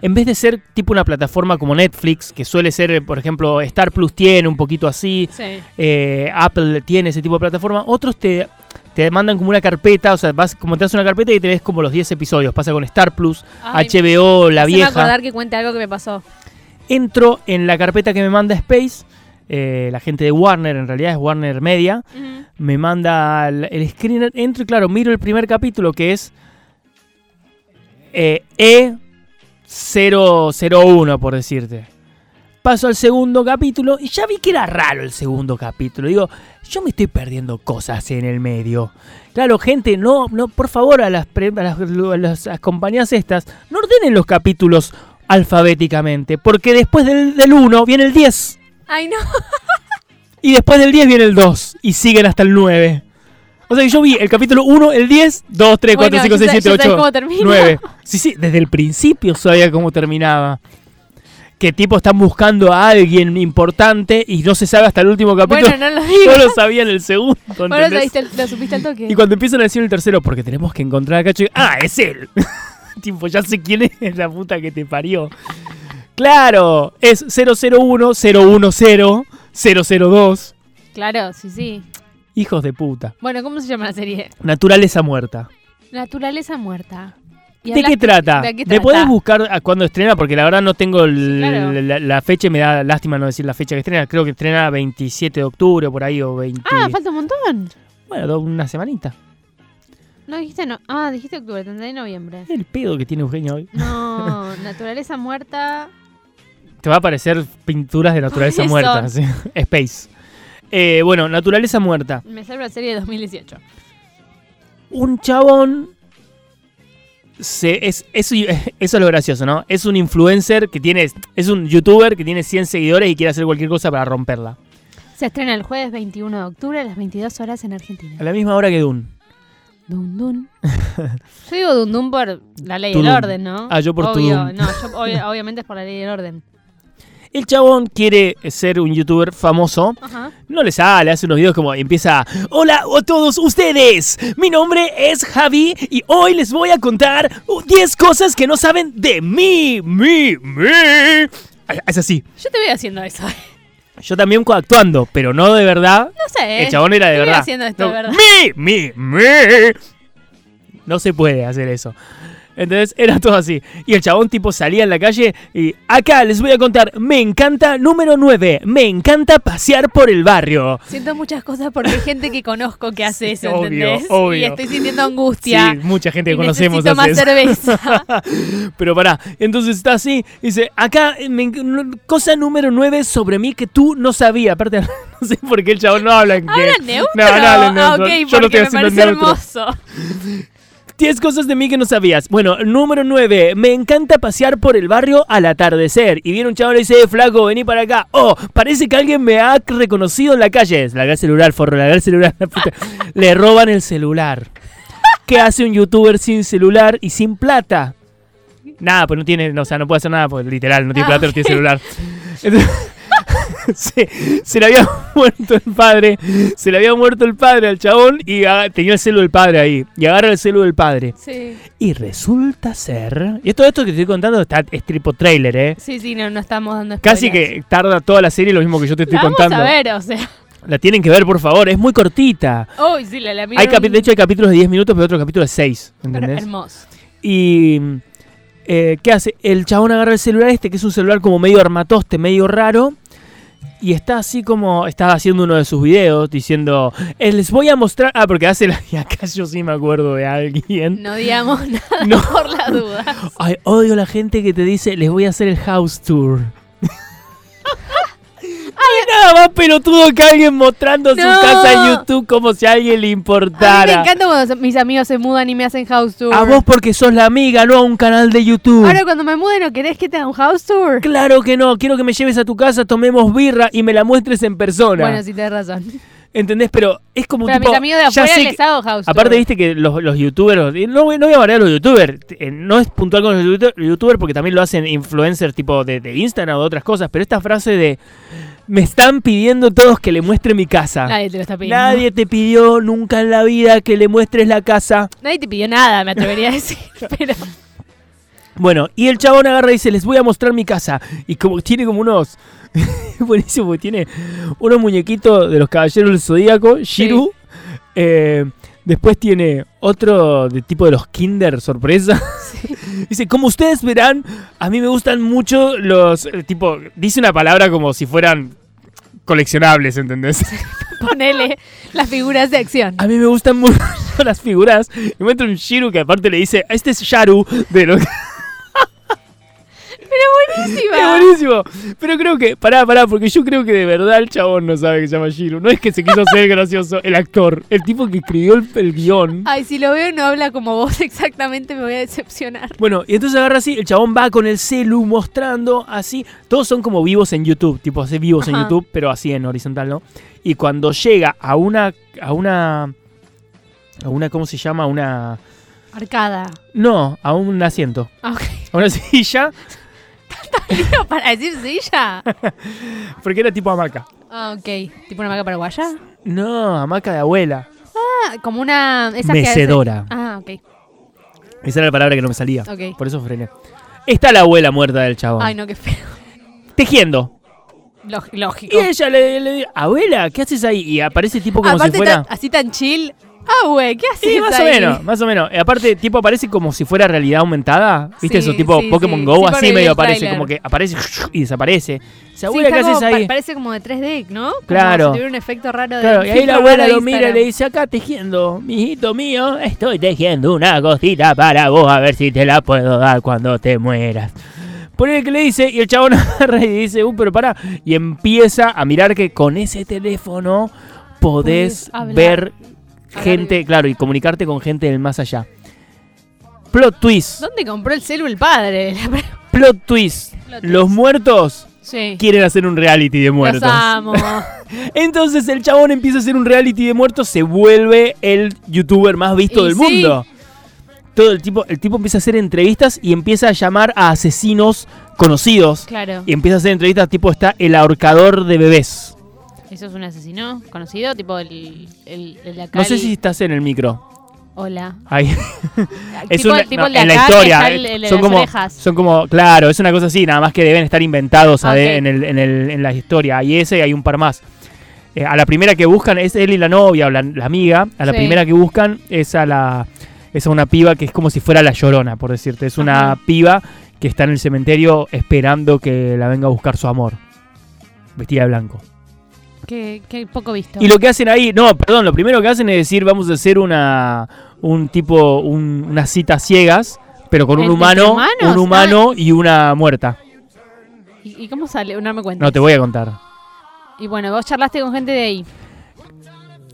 B: en vez de ser tipo una plataforma como Netflix, que suele ser, eh, por ejemplo, Star Plus tiene un poquito así,
C: Sí.
B: eh, Apple tiene ese tipo de plataforma, otros te, te mandan como una carpeta, o sea, vas como te das una carpeta y te ves como los 10 episodios, pasa con Star Plus,
C: Ay,
B: HBO, La
C: se me
B: Vieja
C: acordar que cuente algo que me pasó.
B: entro en la carpeta que me manda Space, eh, la gente de Warner, en realidad es Warner Media,
C: Ujú.
B: me manda el, el screener, entro y claro, miro el primer capítulo que es eh, E001, por decirte. Paso al segundo capítulo y ya vi que era raro el segundo capítulo. Digo, yo me estoy perdiendo cosas en el medio. Claro, gente, no, no, por favor, a las, pre- a las, a las- a las compañías estas, no ordenen los capítulos alfabéticamente, porque después del, del 1 viene el 10.
C: Ay, no.
B: Y después del 10 viene el 2. Y siguen hasta el 9. O sea que yo vi el capítulo 1, el 10, 2, 3, 4,
C: Bueno,
B: 5,
C: ya
B: 6,
C: sé-
B: 7,
C: ya sabes
B: 8,
C: cómo termina.
B: 9. Sí, sí, desde el principio sabía cómo terminaba. Que tipo están buscando a alguien importante y no se sabe hasta el último capítulo.
C: Bueno, no lo
B: no
C: digas.
B: lo sabía en el segundo.
C: Bueno, lo,
B: ¿entendés?
C: diste- lo supiste al toque.
B: Y cuando empiezan a decir el tercero, porque tenemos que encontrar a Cacho, y- ¡ah, es él! tipo, ya sé quién es la puta que te parió. Claro, es 001, 010, 002.
C: Claro, sí, sí.
B: Hijos de puta.
C: Bueno, ¿cómo se llama la serie?
B: Naturaleza muerta.
C: Naturaleza muerta. Y
B: ¿De qué
C: hablaste-
B: trata?
C: ¿De
B: ¿Me
C: qué trata? Ah,
B: podés buscar a cuándo estrena? Porque la verdad no tengo el-
C: claro.
B: la, la fecha y me da lástima no decir la fecha que estrena. Creo que estrena 27 de octubre por ahí o 20.
C: Ah, falta un montón.
B: bueno, do- una semanita.
C: No dijiste no. Ah, dijiste octubre, tendré noviembre.
B: El pedo que tiene Eugenio hoy.
C: No, naturaleza muerta.
B: Te va a aparecer pinturas de naturaleza
C: Eso.
B: muerta. sí. Space. Eh, bueno, naturaleza muerta.
C: Me sale la serie de 2018.
B: un chabón. Se, es, es- eso es lo gracioso, ¿no? Es un influencer que tiene. Es un youtuber que tiene 100 seguidores y quiere hacer cualquier cosa para romperla.
C: Se estrena el jueves 21 de octubre a las 22 horas en Argentina.
B: A la misma hora que Dune.
C: Dun dun. yo digo dun dun por la ley del
B: Tudum.
C: orden, ¿no?
B: Ah, yo por
C: Obvio,
B: tudum.
C: no, yo obvia- obviamente es por la ley del orden.
B: El chabón quiere ser un youtuber famoso.
C: Ajá.
B: No le sale, hace unos videos como empieza. Hola a todos ustedes. Mi nombre es Javi y hoy les voy a contar uh, 10 cosas que no saben de mí. mí, mí. Ah, Es así.
C: Yo te veo haciendo eso.
B: Yo también actuando, pero no de verdad.
C: No sé.
B: El chabón era de
C: Te veo
B: verdad.
C: ¿Eh? haciendo esto
B: No,
C: de verdad.
B: Mi, mi, mi. No se puede hacer eso. Entonces era todo así. Y el chabón tipo salía en la calle y acá les voy a contar, me encanta número 9, me encanta pasear por el barrio.
C: Siento muchas cosas porque hay gente que conozco que hace eso,
B: obvio,
C: ¿entendés? Y
B: obvio.
C: estoy sintiendo angustia.
B: Sí, mucha gente
C: y
B: que conocemos
C: necesito
B: hace
C: más
B: eso.
C: cerveza.
B: Pero pará, entonces está así, dice, acá, eh, me enc- no- cosa número 9 sobre mí que tú no sabías. Aparte, no sé por qué el chabón no habla en que-
C: Habla neutro.
B: No, no habla en
C: Ah,
B: neutro.
C: ok,
B: Yo lo
C: porque
B: estoy haciendo
C: me parece
B: en neutro.
C: hermoso.
B: 10 cosas de mí que no sabías. Bueno, número 9. Me encanta pasear por el barrio al atardecer. Y viene un chabón y dice, "Eh, flaco, vení para acá. Oh, parece que alguien me ha reconocido en la calle. Largar el celular, forro, largar el celular. la puta. Le roban el celular. ¿Qué hace un youtuber sin celular y sin plata? Nada, pues no tiene, no, o sea, no puede hacer nada, pues literal, no tiene
C: Ah,
B: plata, no
C: ok.
B: tiene celular. Entonces, se, se le había muerto el padre, se le había muerto el padre al chabón y ah, tenía el celu del padre ahí. Y agarra el celu del padre.
C: Sí.
B: Y resulta ser. Y todo esto que te estoy contando está, es tipo trailer, ¿eh?
C: Sí, sí, no, no estamos dando
B: Casi
C: spoilers.
B: que tarda toda la serie lo mismo que yo te estoy
C: La vamos
B: contando.
C: a ver, o sea.
B: La tienen que ver, por favor, es muy cortita.
C: Uy, sí, la, la miro
B: Hay
C: en-
B: capi- de hecho, hay capítulos de 10 minutos, pero otro capítulo de 6.
C: pero
B: ¿Entendés?
C: hermoso.
B: Y. eh, ¿Qué hace? El chabón agarra el celular este, que es un celular como medio armatoste, medio raro. Y está así como, estaba haciendo uno de sus videos diciendo, "Eh, les voy a mostrar, ah, porque hace la, y acá yo sí me acuerdo de alguien.
C: No digamos nada
B: No.
C: por las dudas.
B: Ay, odio la gente que te dice, les voy a hacer el house tour. Ay, nada más pelotudo que alguien mostrando
C: No.
B: su casa en YouTube como si a alguien le
C: A mí me
B: importara.
C: encanta cuando se- mis amigos se mudan y me hacen house tour.
B: A vos porque sos la amiga, no a un canal de YouTube.
C: Ahora cuando me mude, ¿no querés que te haga un house tour?
B: Claro que no, quiero que me lleves a tu casa, tomemos birra y me la muestres en persona.
C: Bueno, sí, tenés razón.
B: ¿Entendés? Pero es como
C: Pero a
B: tipo,
C: mis amigos de
B: ya
C: afuera
B: sé
C: les
B: que-
C: hago house tour.
B: Aparte, viste que los, los youtubers, y no, voy- no voy a variar a los youtubers, eh, no es puntual con los youtu- youtubers porque también lo hacen influencers tipo de, de Instagram o de otras cosas, pero esta frase de me están pidiendo todos que le muestre mi casa.
C: Nadie te lo está pidiendo.
B: Nadie te pidió nunca en la vida que le muestres la casa.
C: Nadie te pidió nada, me atrevería a decir. Pero
B: Bueno, y el chabón agarra y dice, les voy a mostrar mi casa. Y como tiene como unos... buenísimo, porque tiene unos muñequitos de los caballeros del Zodíaco, Shiru. Eh, después tiene otro de tipo de los Kinder, sorpresa. dice, como ustedes verán, a mí me gustan mucho los... eh, tipo, dice una palabra como si fueran coleccionables, ¿entendés?
C: ponele las figuras de acción.
B: A mí me gustan mucho las figuras. Y Encuentro un Shiru que aparte le dice, este es Sharu de los...
C: Pero buenísima.
B: Es buenísimo. Pero creo que, pará, pará, porque yo creo que de verdad el chabón no sabe que se llama Shiro. No es que se quiso hacer gracioso, el actor, el tipo que escribió el, el guión.
C: Ay, si lo veo y no habla como vos exactamente, me voy a decepcionar.
B: Bueno, y entonces agarra así, el chabón va con el celu mostrando así. Todos son como vivos en YouTube, tipo hace vivos en
C: Ajá.
B: YouTube, pero así en horizontal, ¿no? Y cuando llega a una. a una. a una, ¿cómo se llama? A una.
C: Arcada.
B: No, a un asiento.
C: Ah, Ok.
B: A una silla.
C: Pero para decir silla.
B: Porque era tipo hamaca.
C: Ah, ok. ¿Tipo una maca paraguaya?
B: No, hamaca de abuela.
C: Ah, como una. esas que hacen-
B: Mecedora.
C: Ah, ok.
B: Esa era la palabra que no me salía.
C: Ok.
B: Por eso frené. Está la abuela muerta del chabón.
C: Ay, no, qué feo.
B: Tejiendo. Oh.
C: Lóg- lógico.
B: Y ella le, le dice, abuela, ¿qué haces ahí? Y aparece tipo como
C: Aparte,
B: si fuera...
C: tan- así tan chill. Ah, güey, ¿qué haces?
B: Sí, más o
C: ahí?
B: menos, más o menos. Eh, Aparte, tipo aparece como si fuera realidad aumentada. ¿Viste
C: Sí,
B: eso? Tipo
C: sí,
B: Pokémon
C: sí.
B: Go,
C: Sí, por
B: así
C: el
B: medio aparece.
C: tráiler.
B: Como que aparece y desaparece. Dice,
C: Sí,
B: abuela,
C: está
B: ¿qué haces
C: como- pa-
B: ahí?
C: parece como de 3D, ¿no? Como
B: Claro.
C: si tuviera un efecto raro de.
B: Claro, y ahí la
C: filtro
B: abuela
C: raro de
B: lo mira y le
C: Instagram.
B: dice, acá tejiendo, mijito mío, estoy tejiendo una cosita para vos, a ver si te la puedo dar cuando te mueras. Por el que le dice, y el chabón agarra y dice, uh, pero pará. Y empieza a mirar que con ese teléfono podés
C: Podés hablar.
B: ver
C: Hablar
B: gente, claro, y comunicarte con gente del más allá. Plot twist,
C: ¿Dónde compró el celu el padre? La pre-
B: plot twist.
C: twist.
B: Los muertos
C: Sí.
B: quieren hacer un reality de
C: Los
B: muertos.
C: amo.
B: Entonces el chabón empieza a hacer un reality de muertos, se vuelve el youtuber más visto
C: Y
B: del
C: sí.
B: mundo. Todo el tipo, el tipo empieza a hacer entrevistas y empieza a llamar a asesinos conocidos.
C: claro.
B: Y empieza a hacer entrevistas tipo está el ahorcador de bebés.
C: ¿Eso es un asesino conocido? Tipo el. el, el de acá,
B: No sé
C: el-
B: si estás en el micro.
C: Hola.
B: Ahí. Es
C: tipo,
B: una-
C: tipo
B: no,
C: el de
B: en la
C: acá, que
B: historia. eh,
C: está el- el de
B: son
C: las
B: como,
C: orejas.
B: son como, claro, es una cosa así, nada más que deben estar inventados
C: Ah,
B: ¿sabés?
C: ok.
B: en, el- en el- en la historia. Hay ese y hay un par más. Eh, a la primera que buscan es él y la novia o la, la amiga. A la
C: Sí.
B: primera que buscan es a la es a una piba que es como si fuera la llorona, por decirte. Es una
C: Ajá.
B: piba que está en el cementerio esperando que la venga a buscar su amor. Vestida de blanco.
C: Que, que poco visto.
B: Y lo que hacen ahí, no, perdón, lo primero que hacen es decir, vamos a hacer una un tipo un- una cita ciegas, pero con un
C: ¿Entre
B: humano,
C: humanos?
B: un humano y una muerta.
C: ¿Y, y cómo sale? No me cuento.
B: No te voy a contar.
C: Y bueno, vos charlaste con gente de ahí.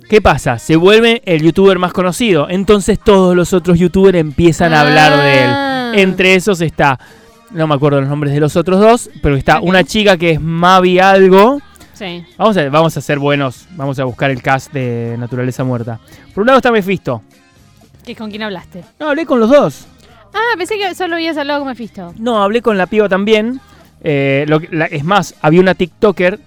B: ¿Qué pasa? Se vuelve el youtuber más conocido, entonces todos los otros youtubers empiezan a hablar de él.
C: Ah.
B: Entre esos está, no me acuerdo los nombres de los otros dos, pero está
C: Ok.
B: una chica que es Mavi algo.
C: Sí.
B: Vamos a, vamos a ser buenos, vamos a buscar el cast de Naturaleza Muerta. Por un lado está Mephisto.
C: ¿Qué, ¿Con quién hablaste?
B: No, hablé con los dos.
C: Ah, pensé que solo habías hablado con Mephisto.
B: No, hablé con la piba también. Eh, lo que- la- es más, había una TikToker.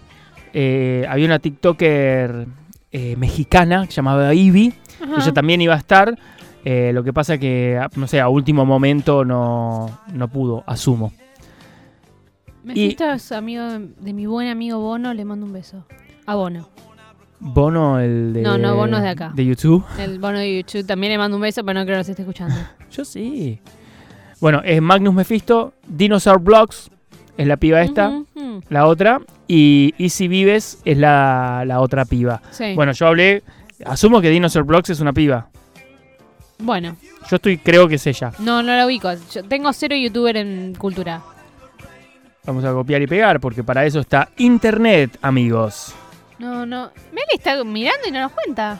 B: eh, había una TikToker eh, mexicana que llamaba Ivy.
C: Ajá.
B: Ella también iba a estar. eh, lo que pasa que, a- no sé, a último momento no, no pudo, asumo.
C: Mephisto es amigo de, de mi buen amigo Bono, le mando un beso. A Bono.
B: Bono, el de.
C: No, no, Bono es de acá.
B: De YouTube.
C: El Bono de YouTube también le mando un beso, pero no creo que se esté escuchando.
B: Yo sí. Bueno, es Magnus Mephisto, Dinosaur Blocks, es la piba esta.
C: Ujú, ujú.
B: La otra. Y y Easy Vives es la, la otra piba.
C: Sí.
B: Bueno, yo hablé, asumo que Dinosaur Blocks es una piba.
C: Bueno,
B: Yo estoy, creo que es ella.
C: no, no la ubico. Yo tengo cero youtuber en cultura.
B: Vamos a copiar y pegar porque para eso está Internet, amigos.
C: No, no. Meli está mirando y no nos cuenta.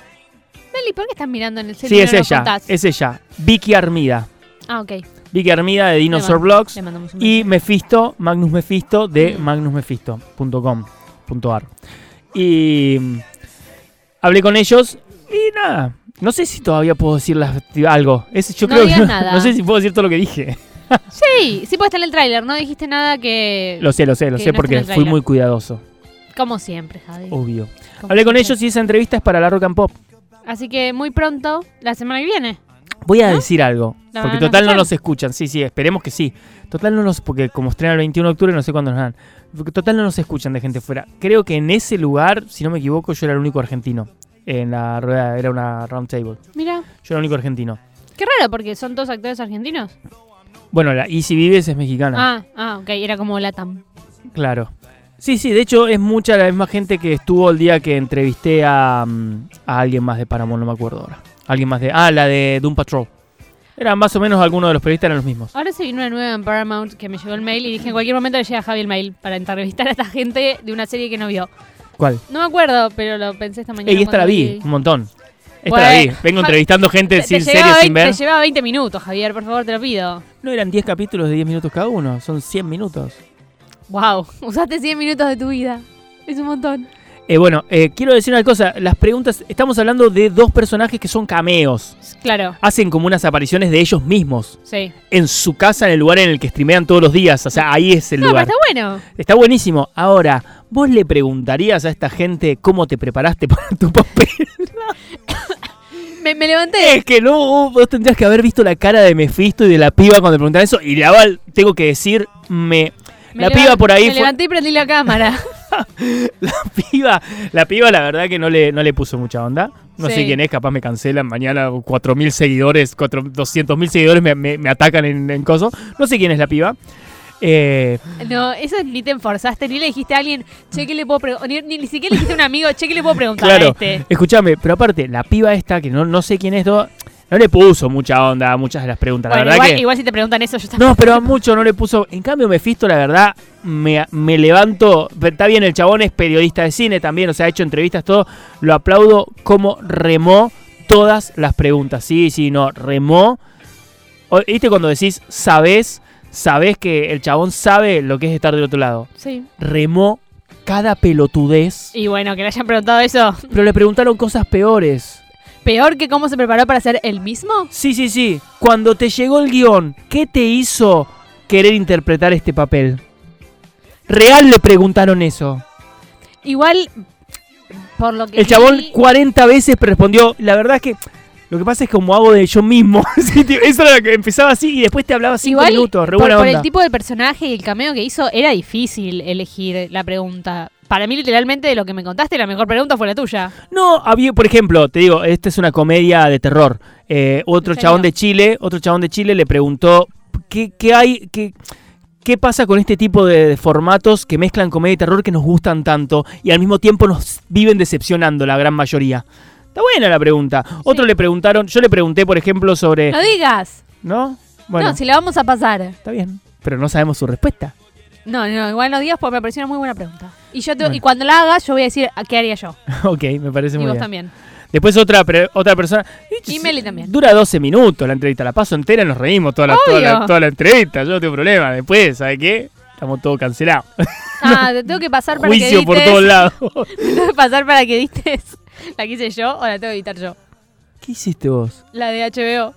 C: Meli, ¿por qué estás mirando en el
B: Sí,
C: celular?
B: es ella, es ella. Vicky Armida.
C: Ah, ok.
B: Vicky Armida de Dinosaur
C: Le mando-
B: Blogs
C: Le mandamos un
B: y Mephisto, Magnus Mephisto de
C: Mm.
B: magnusmephisto.com.ar. Y mm, hablé con ellos y nada. No sé si todavía puedo decir las- algo. Es- yo
C: No
B: creo que
C: digas
B: no,
C: nada.
B: no sé si puedo decir todo lo que dije.
C: Sí, sí puede estar en el tráiler. No dijiste nada que...
B: Lo sé, lo sé, lo
C: Que
B: sé
C: no está en
B: porque
C: el
B: fui
C: tráiler.
B: muy cuidadoso,
C: Como siempre, Javi.
B: obvio.
C: Como
B: Oh. Hablé con
C: siempre.
B: ellos y esa entrevista es para la Rock and Pop.
C: Así que muy pronto, la semana que viene.
B: Voy a decir algo.
C: ¿La
B: porque
C: van a
B: total no
C: escuchar?
B: nos escuchan. Sí, sí, esperemos que sí. Total no nos. Porque como estrena el 21 de octubre, no sé cuándo nos dan. Porque total no nos escuchan de gente fuera. Creo que en ese lugar, si no me equivoco, yo era el único argentino. En la rueda, era una round table.
C: Mira,
B: Yo era el único argentino.
C: qué raro porque son todos actores argentinos.
B: Bueno, la Easy Vives es mexicana.
C: Ah, ah, ok, era como Latam.
B: Claro. Sí, sí, de hecho es mucha la misma gente que estuvo el día que entrevisté a, mm, a alguien más de Paramount, no me acuerdo ahora. Alguien más de. Ah, la de Doom Patrol. Eran más o menos algunos de los periodistas, eran los mismos.
C: Ahora se vino una nueva en Paramount que me llegó el mail y dije en cualquier momento le llega a Javi el mail para entrevistar a esta gente de una serie que no vio.
B: ¿Cuál?
C: No me acuerdo, pero lo pensé esta mañana.
B: Ey, esta la
C: cuando
B: vi, un montón. Esta
C: Bueno.
B: la vi. Vengo entrevistando gente
C: Te, te
B: sin series
C: llevaba
B: sin
C: 20
B: ver.
C: te llevaba 20 minutos, Javier, por favor, te lo pido.
B: No eran 10 capítulos de 10 minutos cada uno, son 100 minutos.
C: Wow, usaste 100 minutos de tu vida. Es un montón.
B: Eh, bueno, eh, quiero decir una cosa. Las preguntas, estamos hablando de dos personajes que son cameos.
C: Claro,
B: Hacen como unas apariciones de ellos mismos.
C: sí.
B: En su casa, en el lugar en el que streamean todos los días. O sea, ahí es el
C: No, pero
B: lugar.
C: está bueno.
B: Está buenísimo. Ahora, ¿vos le preguntarías a esta gente cómo te preparaste para tu papel?
C: Me, me levanté.
B: Es que no, vos tendrías que haber visto la cara de Mephisto y de la piba cuando te preguntaban eso. Y la val, tengo que decir, me.
C: me
B: la
C: levan-
B: piba por ahí
C: Me
B: fue-
C: levanté y prendí la cámara.
B: La piba, la piba, la verdad que no le, no le puso mucha onda. No sé
C: Sí.
B: quién es, capaz me cancelan mañana 4.000 seguidores, 4- 200.000 seguidores me, me- me atacan en, en coso. No sé quién es la piba. Eh,
C: No, eso ni te enforzaste, ni le dijiste a alguien, che, ¿qué le puedo preguntar? Ni, ni- ni siquiera le dijiste a un amigo, che, ¿qué le puedo preguntar a
B: claro,
C: este?
B: escúchame, pero aparte, la piba esta, que no, no sé quién es, no, no le puso mucha onda a muchas de las preguntas. la
C: Bueno,
B: verdad
C: igual,
B: que.
C: igual si te preguntan eso, yo también.
B: No, pero a mucho no le puso. En cambio, Mephisto, la verdad, me, me levanto. Está bien, el chabón es periodista de cine también, o sea, ha hecho entrevistas, todo. Lo aplaudo como remó todas las preguntas. Sí, sí, no, remó. O- ¿Viste cuando decís, sabés, sabés que el chabón sabe lo que es estar del otro lado?
C: Sí.
B: Remó cada pelotudez.
C: Y bueno, que le hayan preguntado eso.
B: Pero le preguntaron cosas peores.
C: Peor que cómo se preparó para ser el mismo.
B: Sí, sí, sí. Cuando te llegó el guión, ¿qué te hizo querer interpretar este papel? Real le preguntaron eso.
C: Igual, por lo que.
B: El chabón
C: vi-
B: 40 veces respondió, la verdad es que lo que pasa es que como hago de yo mismo. Sí, tío, Eso era lo que empezaba así y después te hablaba 5
C: Igual,
B: minutos, re
C: por,
B: buena
C: por
B: onda.
C: el tipo de personaje y el cameo que hizo, era difícil elegir la pregunta. Para mí, literalmente, de lo que me contaste, la mejor pregunta fue la tuya.
B: No, había, por ejemplo, te digo, esta es una comedia de terror. Eh, otro
C: ¿En serio?
B: chabón de Chile, otro chabón de Chile le preguntó qué, qué hay, qué, qué pasa con este tipo de, de formatos que mezclan comedia y terror que nos gustan tanto y al mismo tiempo nos viven decepcionando la gran mayoría. Está buena la pregunta. Otro le preguntaron, yo le pregunté, por ejemplo, sobre,
C: No digas.
B: ¿no? Bueno,
C: Ah. No, si la vamos a pasar.
B: está bien, pero no sabemos su respuesta.
C: No, no, igual no digas porque me pareció una muy buena pregunta. Y yo te-
B: Bueno.
C: y cuando la hagas, yo voy a decir a qué haría yo.
B: ok, me parece
C: y
B: muy
C: vos
B: bien.
C: también.
B: Después otra pre- otra persona.
C: Y Meli también.
B: Dura 12 minutos la entrevista, la paso entera y nos reímos toda la, toda la,
C: Obvio.
B: toda la entrevista, yo no tengo problema. Después, ¿sabes qué? Estamos todos cancelados.
C: Ah, te tengo que pasar para que
B: Juicio
C: edites.
B: por todos lados.
C: tengo que pasar para que edites. ¿La que hice yo o la tengo que editar yo?
B: ¿Qué hiciste vos?
C: La de HBO.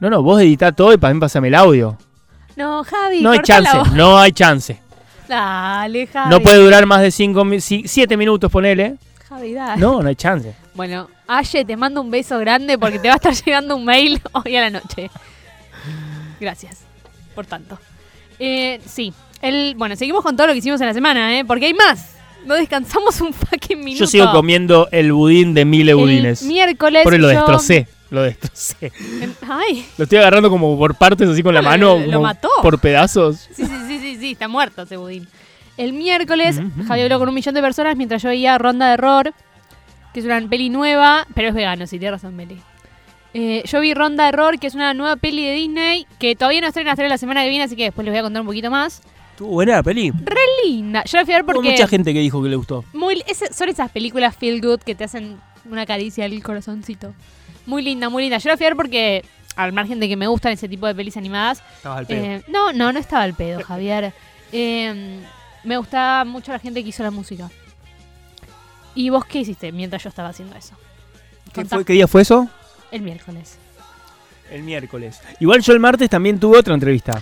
B: No, no, vos editá todo y para mí pasame el audio.
C: No, Javi.
B: no hay
C: cortala
B: chance,
C: vos.
B: no hay chance.
C: Dale, Javi.
B: No puede durar más de 7 minutos, ponele.
C: Javi, dale.
B: No, no hay chance.
C: Bueno, Aye, te mando un beso grande porque te va a estar llegando un mail hoy a la noche. Gracias. Por tanto. Eh, sí. El, bueno, seguimos con todo lo que hicimos en la semana, ¿eh? Porque hay más. No descansamos un fucking minuto.
B: Yo sigo comiendo el budín de mil
C: El
B: budines.
C: Miércoles.
B: Por lo
C: yo-
B: destrocé, lo destrocé.
C: en- Ay,
B: Lo estoy agarrando como por partes, así con la
C: Lo-
B: mano.
C: lo
B: como
C: mató.
B: Por pedazos.
C: sí, sí, sí, sí, sí, está muerto ese budín. El miércoles,
B: Ujú.
C: Javi habló con un millón de personas mientras yo veía Ronda de Error, que es una peli nueva, pero es vegano, si tienes razón, Meli. Eh, yo vi Ronda de Error, que es una nueva peli de Disney, que todavía no estrena hasta la semana que viene, así que después les voy a contar un poquito más.
B: Estuvo buena la peli.
C: Linda. Yo la fui a ver
B: Hubo
C: porque...
B: mucha gente que dijo que le gustó.
C: Muy, es- son esas películas feel good que te hacen una caricia al corazoncito. Muy linda, muy linda. Yo la fui a ver porque, al margen de que me gustan ese tipo de pelis animadas,
B: Estabas al
C: eh, no, no, no estaba al pedo, Javier. Eh, me gustaba mucho la gente que hizo la música. ¿Y vos qué hiciste mientras yo estaba haciendo eso?
B: ¿Qué,
C: Contá.
B: fue- qué día fue eso?
C: El miércoles.
B: El miércoles. Igual yo el martes también tuve otra entrevista.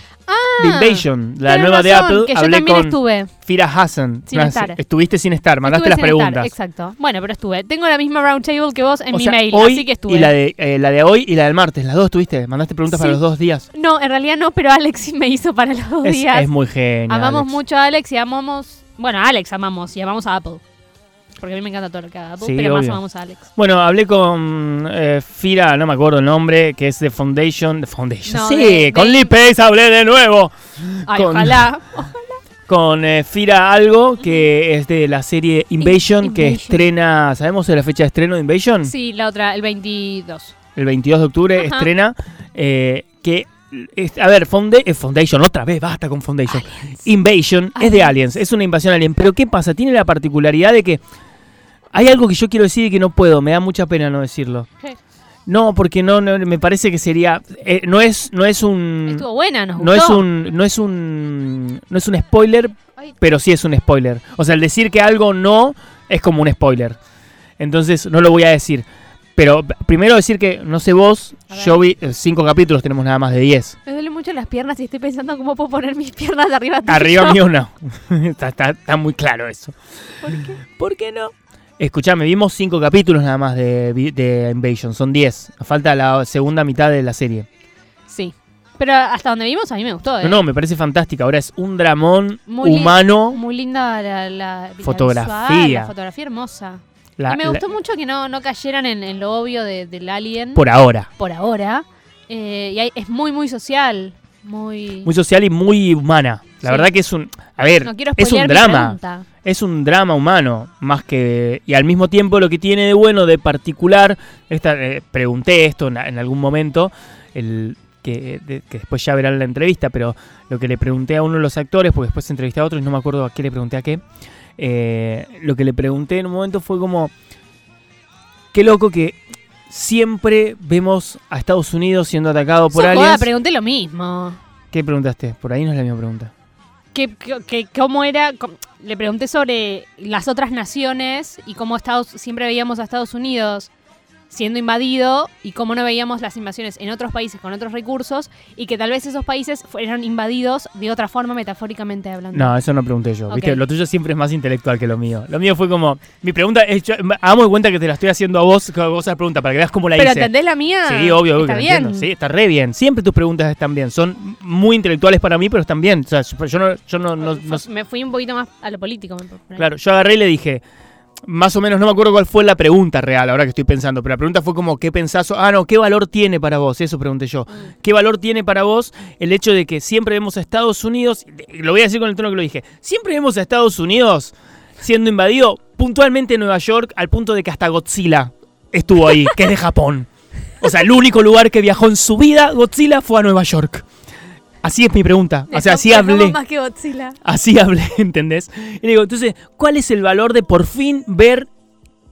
B: The Invasion, la
C: Ah, Tenés
B: nueva de
C: razón,
B: Apple.
C: Que yo
B: Hablé
C: también
B: con
C: estuve.
B: Fira Hassan.
C: Sin
B: Nas-
C: estar.
B: Estuviste sin estar, mandaste
C: Estuve
B: las
C: sin estar,
B: preguntas.
C: exacto. Bueno, pero estuve. Tengo la misma round table que vos en
B: O
C: mi
B: sea,
C: mail,
B: hoy
C: así que estuve.
B: Y la de, eh, la de hoy y la del martes, las dos estuviste. Mandaste preguntas para
C: Sí.
B: los dos días.
C: No, en realidad no, pero Alex me hizo para los dos
B: Es,
C: días.
B: es muy genial.
C: Amamos
B: Alex.
C: mucho a Alex y amamos. Bueno, a Alex amamos y amamos a Apple. Porque a mí me encanta todo lo que haga Apple,
B: Sí,
C: pero más
B: obvio.
C: amamos a Alex.
B: Bueno, hablé con eh, Fira, no me acuerdo el nombre, que es de Foundation. de Foundation.
C: No,
B: sí,
C: de-
B: con
C: de-
B: Lee Pace hablé de nuevo.
C: Ay,
B: Con-
C: ojalá.
B: Con eh, Fira Algo, que es de la serie Invasion, que
C: Invasion.
B: estrena, ¿sabemos de la fecha de estreno de Invasion?
C: Sí, la otra, el 22.
B: El 22 de octubre
C: Ajá.
B: estrena. eh, que, es- a ver, Founda- eh, Foundation, otra vez, basta con Foundation. Invasion es de
C: Aliens.
B: aliens, es una invasión alien. Pero ¿qué pasa? Tiene la particularidad de que hay algo que yo quiero decir y que no puedo, me da mucha pena no decirlo.
C: ¿Qué?
B: No, porque no, no, me parece que sería eh, no es no es un
C: Estuvo buena, nos
B: Mm. no
C: gustó.
B: es un no es un no es un spoiler,
C: Ay.
B: pero sí es un spoiler. O sea, el decir que algo no es como un spoiler. Entonces no lo voy a decir. Pero p- primero decir que no sé vos,
C: A ver.
B: yo vi eh, cinco capítulos, tenemos nada más de 10.
C: Me duelen mucho las piernas y estoy pensando cómo puedo poner mis piernas de arriba. tuyo.
B: Arriba mío no. está, está- está muy claro eso.
C: ¿Por qué?
B: ¿Por qué no? Escuchame, vimos cinco capítulos nada más de, vi- de Invasion, son 10. Falta la segunda mitad de la serie.
C: Sí. Pero hasta donde vimos a mí me gustó. ¿eh?
B: No, no, me parece fantástica. Ahora es un dramón
C: Muy lindo.
B: humano.
C: Muy linda la, la- la
B: Fotografía.
C: visual, la fotografía hermosa.
B: la-
C: y me
B: la-
C: gustó mucho que no, no cayeran en, en lo obvio de- del alien.
B: por ahora.
C: por ahora. eh, y hay- es muy, muy social. Muy.
B: Muy social y muy humana. La
C: Sí.
B: verdad que es un... A ver,
C: no quiero
B: es un
C: spoilear mi
B: drama.
C: pregunta.
B: Es un drama humano. Más que... Y al mismo tiempo lo que tiene de bueno, de particular... Esta, eh, pregunté esto en, en algún momento. El, que, eh, de- que después ya verán la entrevista, pero lo que le pregunté a uno de los actores, porque después entrevisté a otro y no me acuerdo a qué le pregunté a qué. eh, lo que le pregunté en un momento fue como... Qué loco que siempre vemos a Estados Unidos siendo atacado por
C: Sos joda,
B: aliens.
C: pregunté lo mismo.
B: ¿Qué preguntaste? Por ahí no es la misma pregunta.
C: Que, que- que- ¿Cómo era? com- Le pregunté sobre las otras naciones y cómo Estados, siempre veíamos a Estados Unidos siendo invadido y cómo no veíamos las invasiones en otros países con otros recursos y que tal vez esos países fueron invadidos de otra forma metafóricamente hablando.
B: No, eso no pregunté yo. ¿viste?
C: Mm. Ok.
B: Lo tuyo siempre es más intelectual que lo mío. Lo mío fue como. Mi pregunta es. yo- hagamos de cuenta que te la estoy haciendo a vos, que vos la pregunta, para que veas cómo la
C: Pero
B: hice.
C: ¿entendés la mía?
B: Sí, obvio, obvio
C: Está
B: que la
C: bien.
B: entiendo. Sí, está re bien. Siempre tus preguntas están bien. Son muy intelectuales para mí, pero están bien. O sea, yo no. Yo no, no- no-
C: Me fui un poquito más a lo político. me- por ahí.
B: claro, yo agarré y le dije. Más o menos, no me acuerdo cuál fue la pregunta real ahora que estoy pensando, pero la pregunta fue como, ¿qué pensás? Ah, no, ¿qué valor tiene para vos? Eso pregunté yo.
C: Mm.
B: ¿Qué valor tiene para vos el hecho de que siempre vemos a Estados Unidos, y lo voy a decir con el tono que lo dije, siempre vemos a Estados Unidos siendo invadido puntualmente en Nueva York al punto de que hasta Godzilla estuvo ahí, que es de Japón. O sea, el único lugar que viajó en su vida, Godzilla, fue a Nueva York. Así es mi pregunta. O sea, así
C: Dejamos-
B: hablé.
C: dejamos más que Godzilla.
B: Así hablé, ¿entendés? Y digo, entonces, ¿cuál es el valor de por fin ver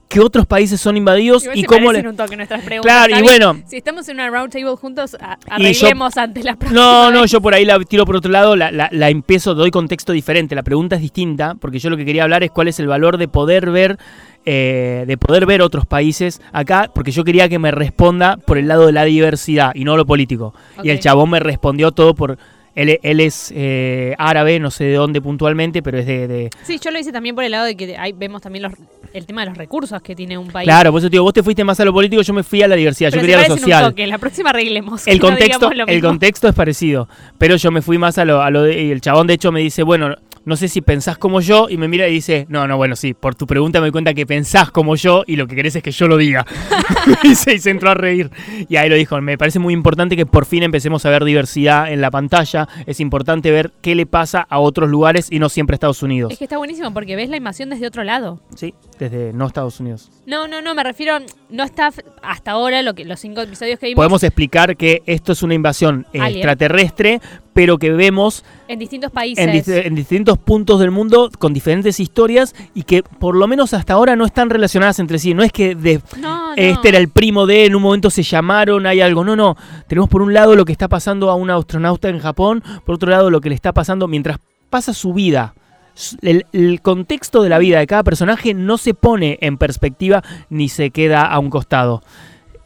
B: que otros países son invadidos
C: Igual
B: y
C: se
B: cómo
C: parecen
B: le...
C: un toque nuestras preguntas.
B: Claro, y
C: Está bien.
B: bueno,
C: Si estamos en una round table juntos, a-
B: Y yo-
C: arreglemos antes la próxima.
B: No, no,
C: vez.
B: yo por ahí la tiro por otro lado, la, la- la empiezo, doy contexto diferente, la pregunta es distinta, porque yo lo que quería hablar es cuál es el valor de poder ver, eh, de poder ver otros países acá, porque yo quería que me responda por el lado de la diversidad y no lo político. Y el
C: Ok.
B: chabón me respondió todo por, él, él es eh, árabe, no sé de dónde puntualmente, pero es de... de-
C: Sí, yo lo hice también por el lado de que ahí vemos también los- el tema de los recursos que tiene un país.
B: Claro, por eso te digo, vos te fuiste más a lo político, yo me fui a la diversidad, yo
C: Pero se
B: quería lo
C: parecen
B: social.
C: Un toque. La próxima arreglemos.
B: el
C: que no
B: contexto,
C: digamos lo
B: el
C: mismo.
B: contexto es parecido, pero yo me fui más a lo, a lo de, y el chabón de hecho me dice, bueno, no sé si pensás como yo, y me mira y dice, no, no, bueno, sí, por tu pregunta me doy cuenta que pensás como yo y lo que querés es que yo lo diga. y, se, y se entró a reír. Y ahí lo dijo, me parece muy importante que por fin empecemos a ver diversidad en la pantalla, es importante ver qué le pasa a otros lugares y no siempre a Estados Unidos.
C: Es que está buenísimo porque ves la invasión desde otro lado.
B: Sí, desde no Estados Unidos.
C: No, no, no, me refiero, no está f- hasta ahora lo que, los cinco episodios que vimos
B: Podemos explicar que esto es una invasión eh,
C: Alien.
B: extraterrestre, pero que vemos
C: en distintos países.
B: en, dist- en distintos puntos del mundo con diferentes historias y que por lo menos hasta ahora no están relacionadas entre sí. No es que de-
C: no, no.
B: este era el primo de, en un momento se llamaron, hay algo. No, no. Tenemos por un lado lo que está pasando a un astronauta en Japón, por otro lado lo que le está pasando mientras pasa su vida. S- El, el contexto de la vida de cada personaje no se pone en perspectiva ni se queda a un costado.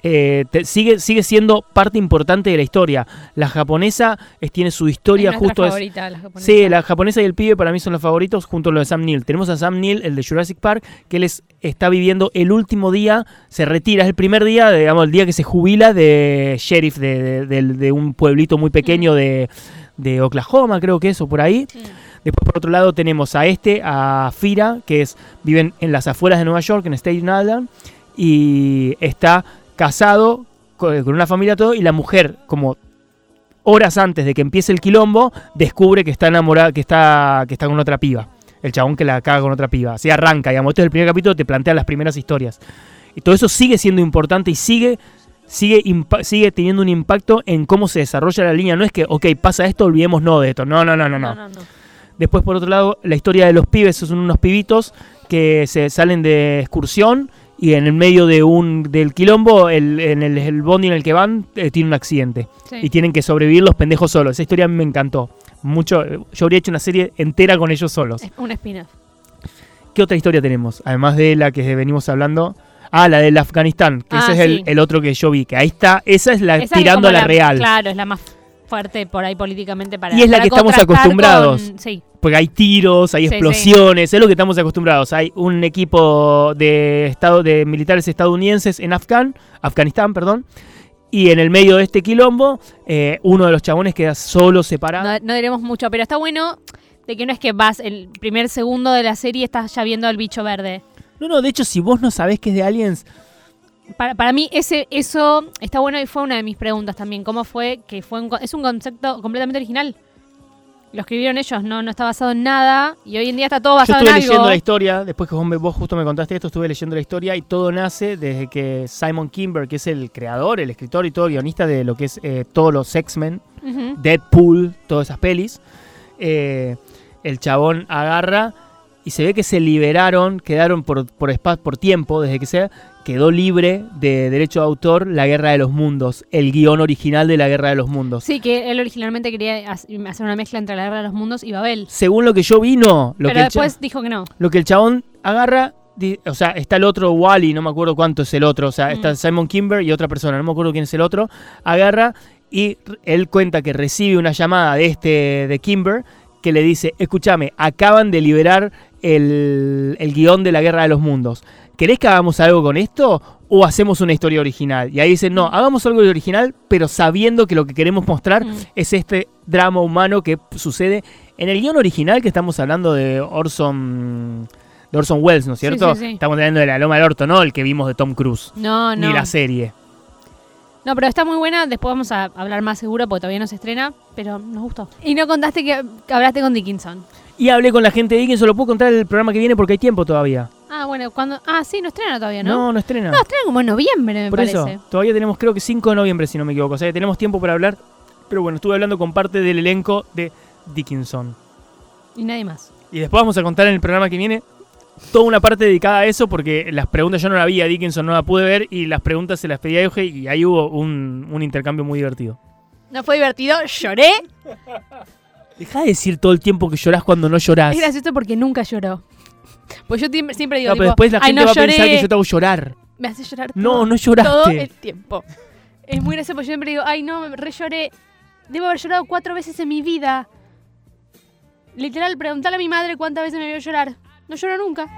B: Eh, te- sigue, sigue siendo parte importante de la historia. La japonesa es- tiene su historia
C: Es nuestra
B: justo es,
C: favorita, la japonesa.
B: Sí, la japonesa y el pibe para mí son los favoritos junto a lo de Sam Neill. Tenemos a Sam Neill, el de Jurassic Park, que él es- está viviendo el último día, se retira, es el primer día, de, digamos, el día que se jubila de sheriff de, de- del- de un pueblito muy pequeño de, de Oklahoma, creo que eso, por ahí. Después, por otro lado, tenemos a este, a Fira, que es viven en las afueras de Nueva York, en Staten Island, y está casado co- con una familia todo, y la mujer, como horas antes de que empiece el quilombo, descubre que está enamorada, que está, que está con otra piba. El chabón que la caga con otra piba. Así arranca, digamos. Este es el primer capítulo, te plantea las primeras historias. Y todo eso sigue siendo importante y sigue, sigue, impa- sigue teniendo un impacto en cómo se desarrolla la línea. No es que, ok, pasa esto, olvidemos no de esto. no, no, no. no.
C: no, no.
B: Después, por otro lado, la historia de los pibes, son unos pibitos que se salen de excursión y en el medio de un, del quilombo, el, en el, el bondi en el que van, eh, tiene un accidente.
C: Sí.
B: Y tienen que sobrevivir los pendejos solos. Esa historia a mí me encantó. Mucho, yo habría hecho una serie entera con ellos solos.
C: Es una espina.
B: ¿Qué otra historia tenemos? Además de la que venimos hablando. Ah, la del Afganistán, que
C: Ah,
B: ese es el,
C: sí.
B: el otro que yo vi, que ahí está, esa es la
C: Esa es
B: Ah, tirando
C: como
B: a la, real.
C: Claro, es la más fuerte por ahí políticamente para
B: Y es la
C: para
B: que estamos
C: contrastar
B: acostumbrados.
C: con- sí,
B: Porque pues hay tiros, hay
C: Sí,
B: explosiones, es lo que estamos acostumbrados. Hay un equipo de estado de militares estadounidenses en Afgan, Afganistán, perdón. Y en el medio de este quilombo, eh, uno de los chabones queda solo separado.
C: no, no diremos mucho, pero está bueno de que no es que vas el primer segundo de la serie estás ya viendo al bicho verde.
B: No, no, de hecho, si vos no sabés que es de aliens,
C: Para, para mí ese eso está bueno y fue una de mis preguntas también, cómo fue que fue un, co- es un concepto completamente original. Lo escribieron ellos, no no está basado en nada y hoy en día está todo
B: yo
C: basado
B: estuve
C: en
B: leyendo
C: algo.
B: la historia, después que vos, me- vos justo me contaste esto, estuve leyendo la historia y todo nace desde que Simon Kimber, que es el creador, el escritor y todo guionista de lo que es eh, todos los X-Men,
C: Ujú.
B: Deadpool, todas esas pelis. eh, el chabón agarra y se ve que se liberaron, quedaron por, por, espa- por tiempo, desde que sea, quedó libre de derecho de autor La Guerra de los Mundos, el guión original de La Guerra de los Mundos.
C: Sí, que él originalmente quería hac- hacer una mezcla entre la guerra de los mundos y Babel.
B: Según lo que yo vi, no. Lo, que
C: pero
B: el, cha-
C: después dijo que no.
B: lo que el chabón agarra, di- o sea, está el otro Wally, no me acuerdo cuánto es el otro, o sea, está
C: Mm.
B: Simon Kimber y otra persona, no me acuerdo quién es el otro, agarra y r- él cuenta que recibe una llamada de este, de Kimber, que le dice, escúchame, acaban de liberar el, el guión de la Guerra de los Mundos. ¿Querés que hagamos algo con esto? ¿O hacemos una historia original? Y ahí dicen, no, hagamos algo de original, pero sabiendo que lo que queremos mostrar
C: Mm.
B: es este drama humano que p- sucede en el guión original que estamos hablando de Orson, de Orson Welles, ¿no es
C: Sí,
B: cierto?
C: sí, sí.
B: Estamos hablando de la Loma del Orto, no el que vimos de Tom Cruise,
C: No, no.
B: ni la serie.
C: No, pero está muy buena. Después vamos a hablar más seguro porque todavía no se estrena, pero nos gustó. Y no contaste que que hablaste con Dickinson.
B: Y hablé con la gente de Dickinson, lo puedo contar el programa que viene porque hay tiempo todavía.
C: Ah, bueno, cuando. Ah, sí, no estrena todavía,
B: No,
C: ¿no?
B: no, estrena.
C: No, estrena como en noviembre, me
B: Por
C: parece.
B: eso, todavía tenemos creo que 5 de noviembre, si no me equivoco. O sea que tenemos tiempo para hablar. Pero bueno, estuve hablando con parte del elenco de Dickinson.
C: Y nadie más.
B: Y después vamos a contar en el programa que viene toda una parte dedicada a eso, porque las preguntas yo no la vi, a Dickinson no la pude ver, y las preguntas se las pedí a Euge, y ahí hubo un, un intercambio muy divertido.
C: No fue divertido, lloré.
B: Deja de decir todo el tiempo que llorás cuando no llorás.
C: Es gracioso porque nunca lloró. Pues yo tim- siempre digo,
B: No, pero
C: tipo,
B: después la
C: "Ay,
B: gente
C: no
B: va a
C: lloré,
B: pensar que yo te hago llorar.
C: me hace llorar todo,
B: No, no
C: todo el
B: lloraste.
C: tiempo. Es muy gracioso porque yo siempre digo, ay, no, me re lloré. Debo haber llorado cuatro veces en mi vida. Literal, preguntarle a mi madre cuántas veces me vio llorar. No lloró nunca.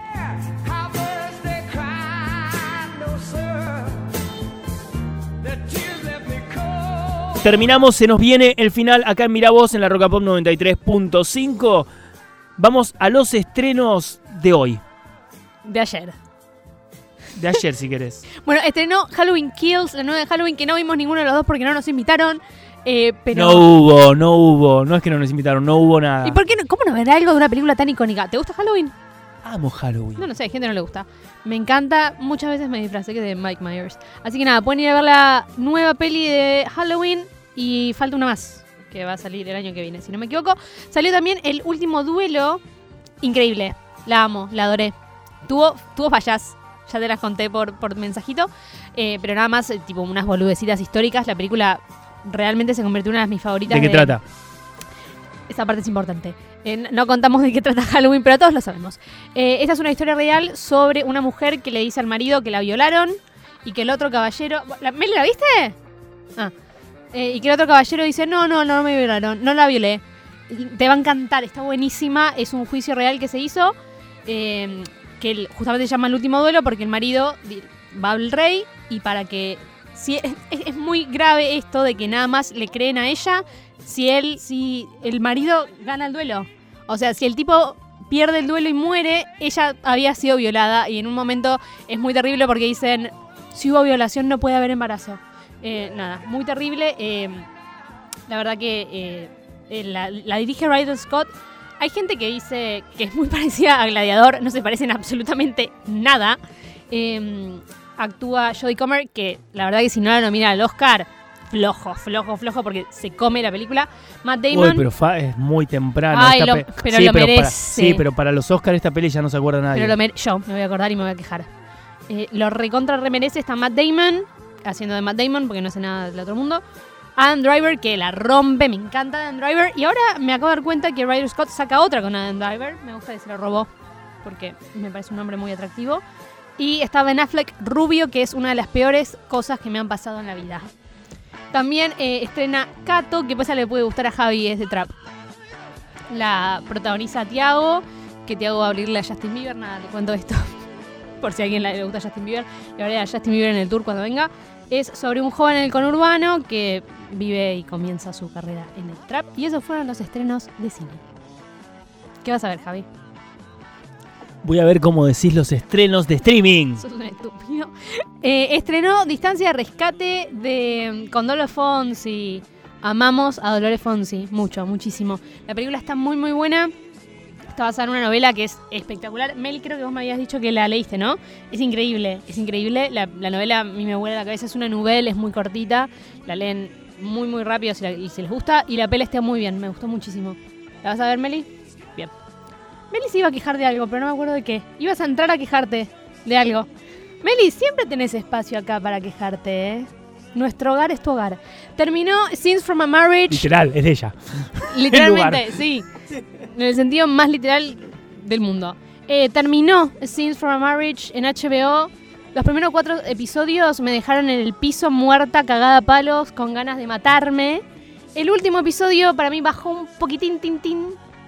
B: Terminamos, se nos viene el final acá en Miravoz en la Roca Pop 93.5. Vamos a los estrenos de hoy.
C: de ayer.
B: De ayer, si querés.
C: Bueno, estrenó Halloween Kills, la nueva de Halloween, que no vimos ninguno de los dos porque no nos invitaron. eh, pero.
B: No hubo, no hubo. No es que no nos invitaron, no hubo nada.
C: ¿Y por qué no? ¿Cómo no verá algo de una película tan icónica? ¿Te gusta Halloween?
B: Amo Halloween.
C: No, no sé, hay gente que no le gusta. Me encanta, muchas veces me disfracé que de Mike Myers. Así que nada, pueden ir a ver la nueva peli de Halloween y falta una más que va a salir el año que viene, si no me equivoco. Salió también el último duelo. Increíble. La amo, la adoré. Tuvo, tuvo fallas. Ya te las conté por, por mensajito. Eh, pero nada más, eh, tipo unas boludecitas históricas. La película realmente se convirtió en una de mis favoritas.
B: ¿De qué trata?
C: Esa parte es importante. Eh, n- no contamos de qué trata Halloween, pero todos lo sabemos. Eh, esta es una historia real sobre una mujer que le dice al marido que la violaron y que el otro caballero... ¿La, ¿Meli, la viste? Ah. Eh, y que el otro caballero dice, no, no, no, no me violaron, no la violé. Y Te va a encantar, está buenísima, es un juicio real que se hizo, eh, que el- justamente se llama el último duelo porque el marido di- va al rey y para que... Si es, es- es muy grave esto de que nada más le creen a ella si él, si el marido gana el duelo. O sea, si el tipo pierde el duelo y muere, ella había sido violada y en un momento es muy terrible porque dicen, si hubo violación no puede haber embarazo. Eh, nada, muy terrible. eh, la verdad que eh, eh, la, la dirige Ryder Scott. Hay gente que dice que es muy parecida a Gladiador, no se parecen absolutamente nada. Eh, actúa Jodie Comer, que la verdad que si no la nomina al Oscar, flojo, flojo, flojo, porque se come la película. Matt Damon.
B: Uy, pero fa- es muy temprano.
C: Ay,
B: esta
C: lo-
B: pe-
C: pero lo
B: Para,
C: merece.
B: sí, pero para los Oscars esta peli ya no se acuerda nadie.
C: Pero lo mer- yo me voy a acordar y me voy a quejar. Eh, lo recontra remerece está Matt Damon, haciendo de Matt Damon, porque no sé nada del otro mundo. Adam Driver, que la rompe, me encanta Adam Driver. Y ahora me acabo de dar cuenta que Ryder Scott saca otra con Adam Driver. Me gusta que se lo robó, porque me parece un nombre muy atractivo. Y está Ben Affleck Rubio, que es una de las peores cosas que me han pasado en la vida. También eh, estrena Kato, que pasa le puede gustar a Javi, es de Trap. La protagoniza Tiago, que Tiago va a abrirle a Justin Bieber. Nada, le cuento esto. Por si a alguien la- le gusta Justin Bieber, le hablaré a Justin Bieber en el tour cuando venga. Es sobre un joven en el conurbano que vive y comienza su carrera en el trap. Y esos fueron los estrenos de cine. ¿Qué vas a ver, Javi?
B: Voy a ver cómo decís los estrenos de streaming.
C: Sos un estúpido. Eh, estrenó Distancia de Rescate de mm, con Dolores Fonsi. Amamos a Dolores Fonsi, mucho, muchísimo. La película está muy, muy buena. Está basada en una novela que es espectacular. Mel, creo que vos me habías dicho que la leíste, ¿no? Es increíble, es increíble. La, la novela a mí me vuela la cabeza, es una novela, es muy cortita. La leen muy, muy rápido si, la- y si les gusta. Y la peli está muy bien, me gustó muchísimo. ¿La vas a ver, Meli? Bien. Meli se iba a quejar de algo, pero no me acuerdo de qué. Ibas a entrar a quejarte de algo. Meli, siempre tenés espacio acá para quejarte, ¿eh? Nuestro hogar es tu hogar. Terminó Scenes from a Marriage.
B: Literal, es de ella.
C: Literalmente, sí. En el sentido más literal del mundo. Eh, terminó Scenes from a Marriage en HBO. Los primeros cuatro episodios me dejaron en el piso muerta, cagada a palos, con ganas de matarme. El último episodio para mí bajó un poquitín, tin, tin,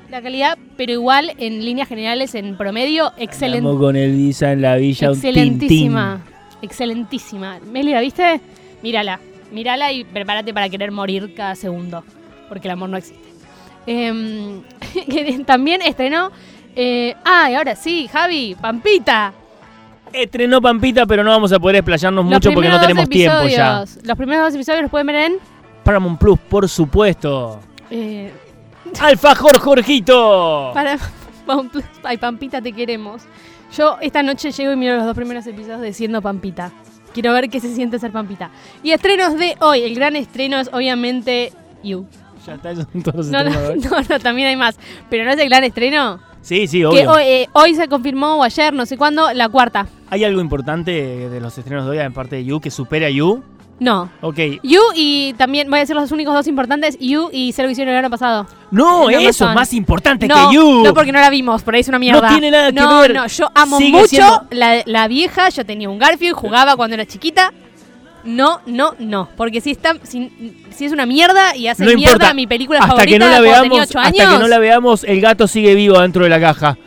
C: la calidad, pero igual en líneas generales, en promedio, excelente.
B: Andamos con Elisa en la villa. un
C: Excelentísima. Excelentísima. Meli, ¿la viste? Mírala. Mírala y prepárate para querer morir cada segundo. Porque el amor no existe. Em, que también estrenó. eh, ah, y ahora sí, Javi, Pampita.
B: tintín. Estrenó Pampita, pero no vamos a poder explayarnos
C: Los
B: mucho porque no
C: primeros
B: tenemos
C: dos
B: tiempo ya.
C: episodios. Los primeros dos episodios los pueden ver en.
B: Paramount Plus, por supuesto.
C: eh,
B: Alfajor Jorgito.
C: para Pamp- Ay, Pampita, te queremos. Yo esta noche llego y miro los dos primeros episodios de Siendo Pampita. Quiero ver qué se siente ser Pampita. Y estrenos de hoy. El gran estreno es obviamente You.
B: Ya está, son todos los
C: No, no,
B: estrenos.
C: no, no, también hay más. Pero no es el gran estreno.
B: Sí, sí,
C: Que
B: obvio.
C: hoy, eh, hoy se confirmó o ayer, no sé cuándo, la cuarta.
B: ¿Hay algo importante de los estrenos de hoy, en parte de You, que supere a You?
C: No.
B: Ok.
C: You y también, voy a decir los únicos dos importantes, You y Sé lo que hicieron el año pasado.
B: No,
C: En
B: eso es
C: Amazon.
B: más importante
C: No,
B: que You.
C: no porque no la vimos, por ahí es una mierda.
B: No tiene nada que
C: No,
B: ver.
C: No, yo amo
B: Sigue
C: mucho
B: siendo-
C: la, la vieja, yo tenía un Garfield, jugaba cuando era chiquita. No, no, no, porque si está si, si es una mierda y hace
B: No
C: mierda
B: importa.
C: mi película
B: hasta
C: favorita
B: que no la
C: cuando tenía
B: veamos,
C: ocho
B: hasta
C: años.
B: que no la veamos, el gato sigue vivo dentro de la caja.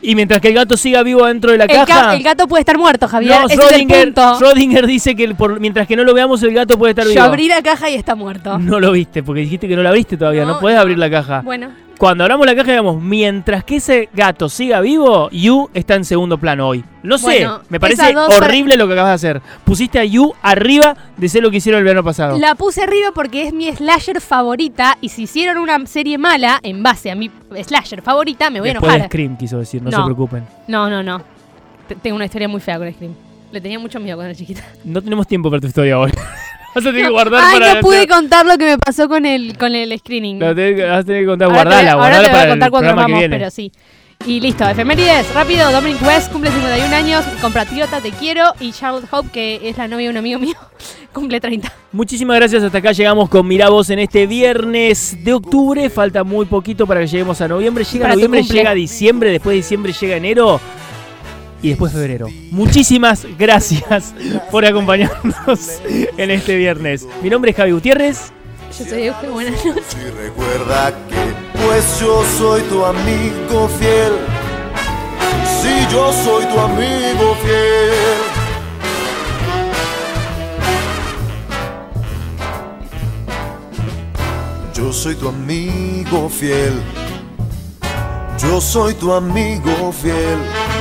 B: Y mientras que el gato siga vivo dentro de la
C: el,
B: caja,
C: ga- el gato puede estar muerto, Javier.
B: no,
C: ese es el
B: Schrödinger,
C: punto.
B: Schrödinger dice que el- por- mientras que no lo veamos, el gato puede estar
C: Yo
B: vivo.
C: abrí la caja y está muerto.
B: No lo viste, porque dijiste que no la abriste todavía, no,
C: No,
B: podés
C: no.
B: abrir la caja.
C: Bueno,
B: Cuando abramos la caja, digamos, mientras que ese gato siga vivo, Yu está en segundo plano hoy. No sé,
C: Bueno,
B: me parece
C: esas dos para-
B: horrible lo que acabas de hacer. Pusiste a Yu arriba de sé lo que hicieron el verano pasado.
C: La puse arriba porque es mi slasher favorita y si hicieron una serie mala en base a mi slasher favorita, me voy
B: Después
C: a
B: de
C: enojar.
B: Scream, quiso decir, no,
C: No.
B: se preocupen.
C: No, no, no. T- tengo una historia muy fea con Scream. Le tenía mucho miedo cuando era chiquita.
B: No tenemos tiempo para tu historia hoy. Vas a tener que guardar
C: Ay,
B: para.
C: no pude contar lo que me pasó con el, con el screening.
B: No, tenés que- vas a tener que contar,
C: Ahora te voy-
B: guardala,
C: ahora
B: guardala
C: te voy a
B: para el
C: contar cuando
B: programa
C: nos
B: que
C: vamos,
B: viene.
C: pero sí. Y listo, efemérides, rápido, Dominic West cumple 51 años, compra Tirota, te quiero, y Charlotte Hope, que es la novia de un amigo mío, cumple 30.
B: Muchísimas gracias, hasta acá llegamos con Mirá Vos en este viernes de octubre. Falta muy poquito para que lleguemos a noviembre. Llega
C: Para tu
B: noviembre,
C: cumple.
B: llega diciembre, después de diciembre llega enero y después febrero. Muchísimas gracias por acompañarnos en este viernes. Mi nombre es Javi Gutiérrez.
C: Yo soy Euge, buenas noches.
E: Y recuerda que pues yo soy tu amigo fiel. Si yo soy tu amigo fiel. Yo soy tu amigo fiel. Yo soy tu amigo fiel.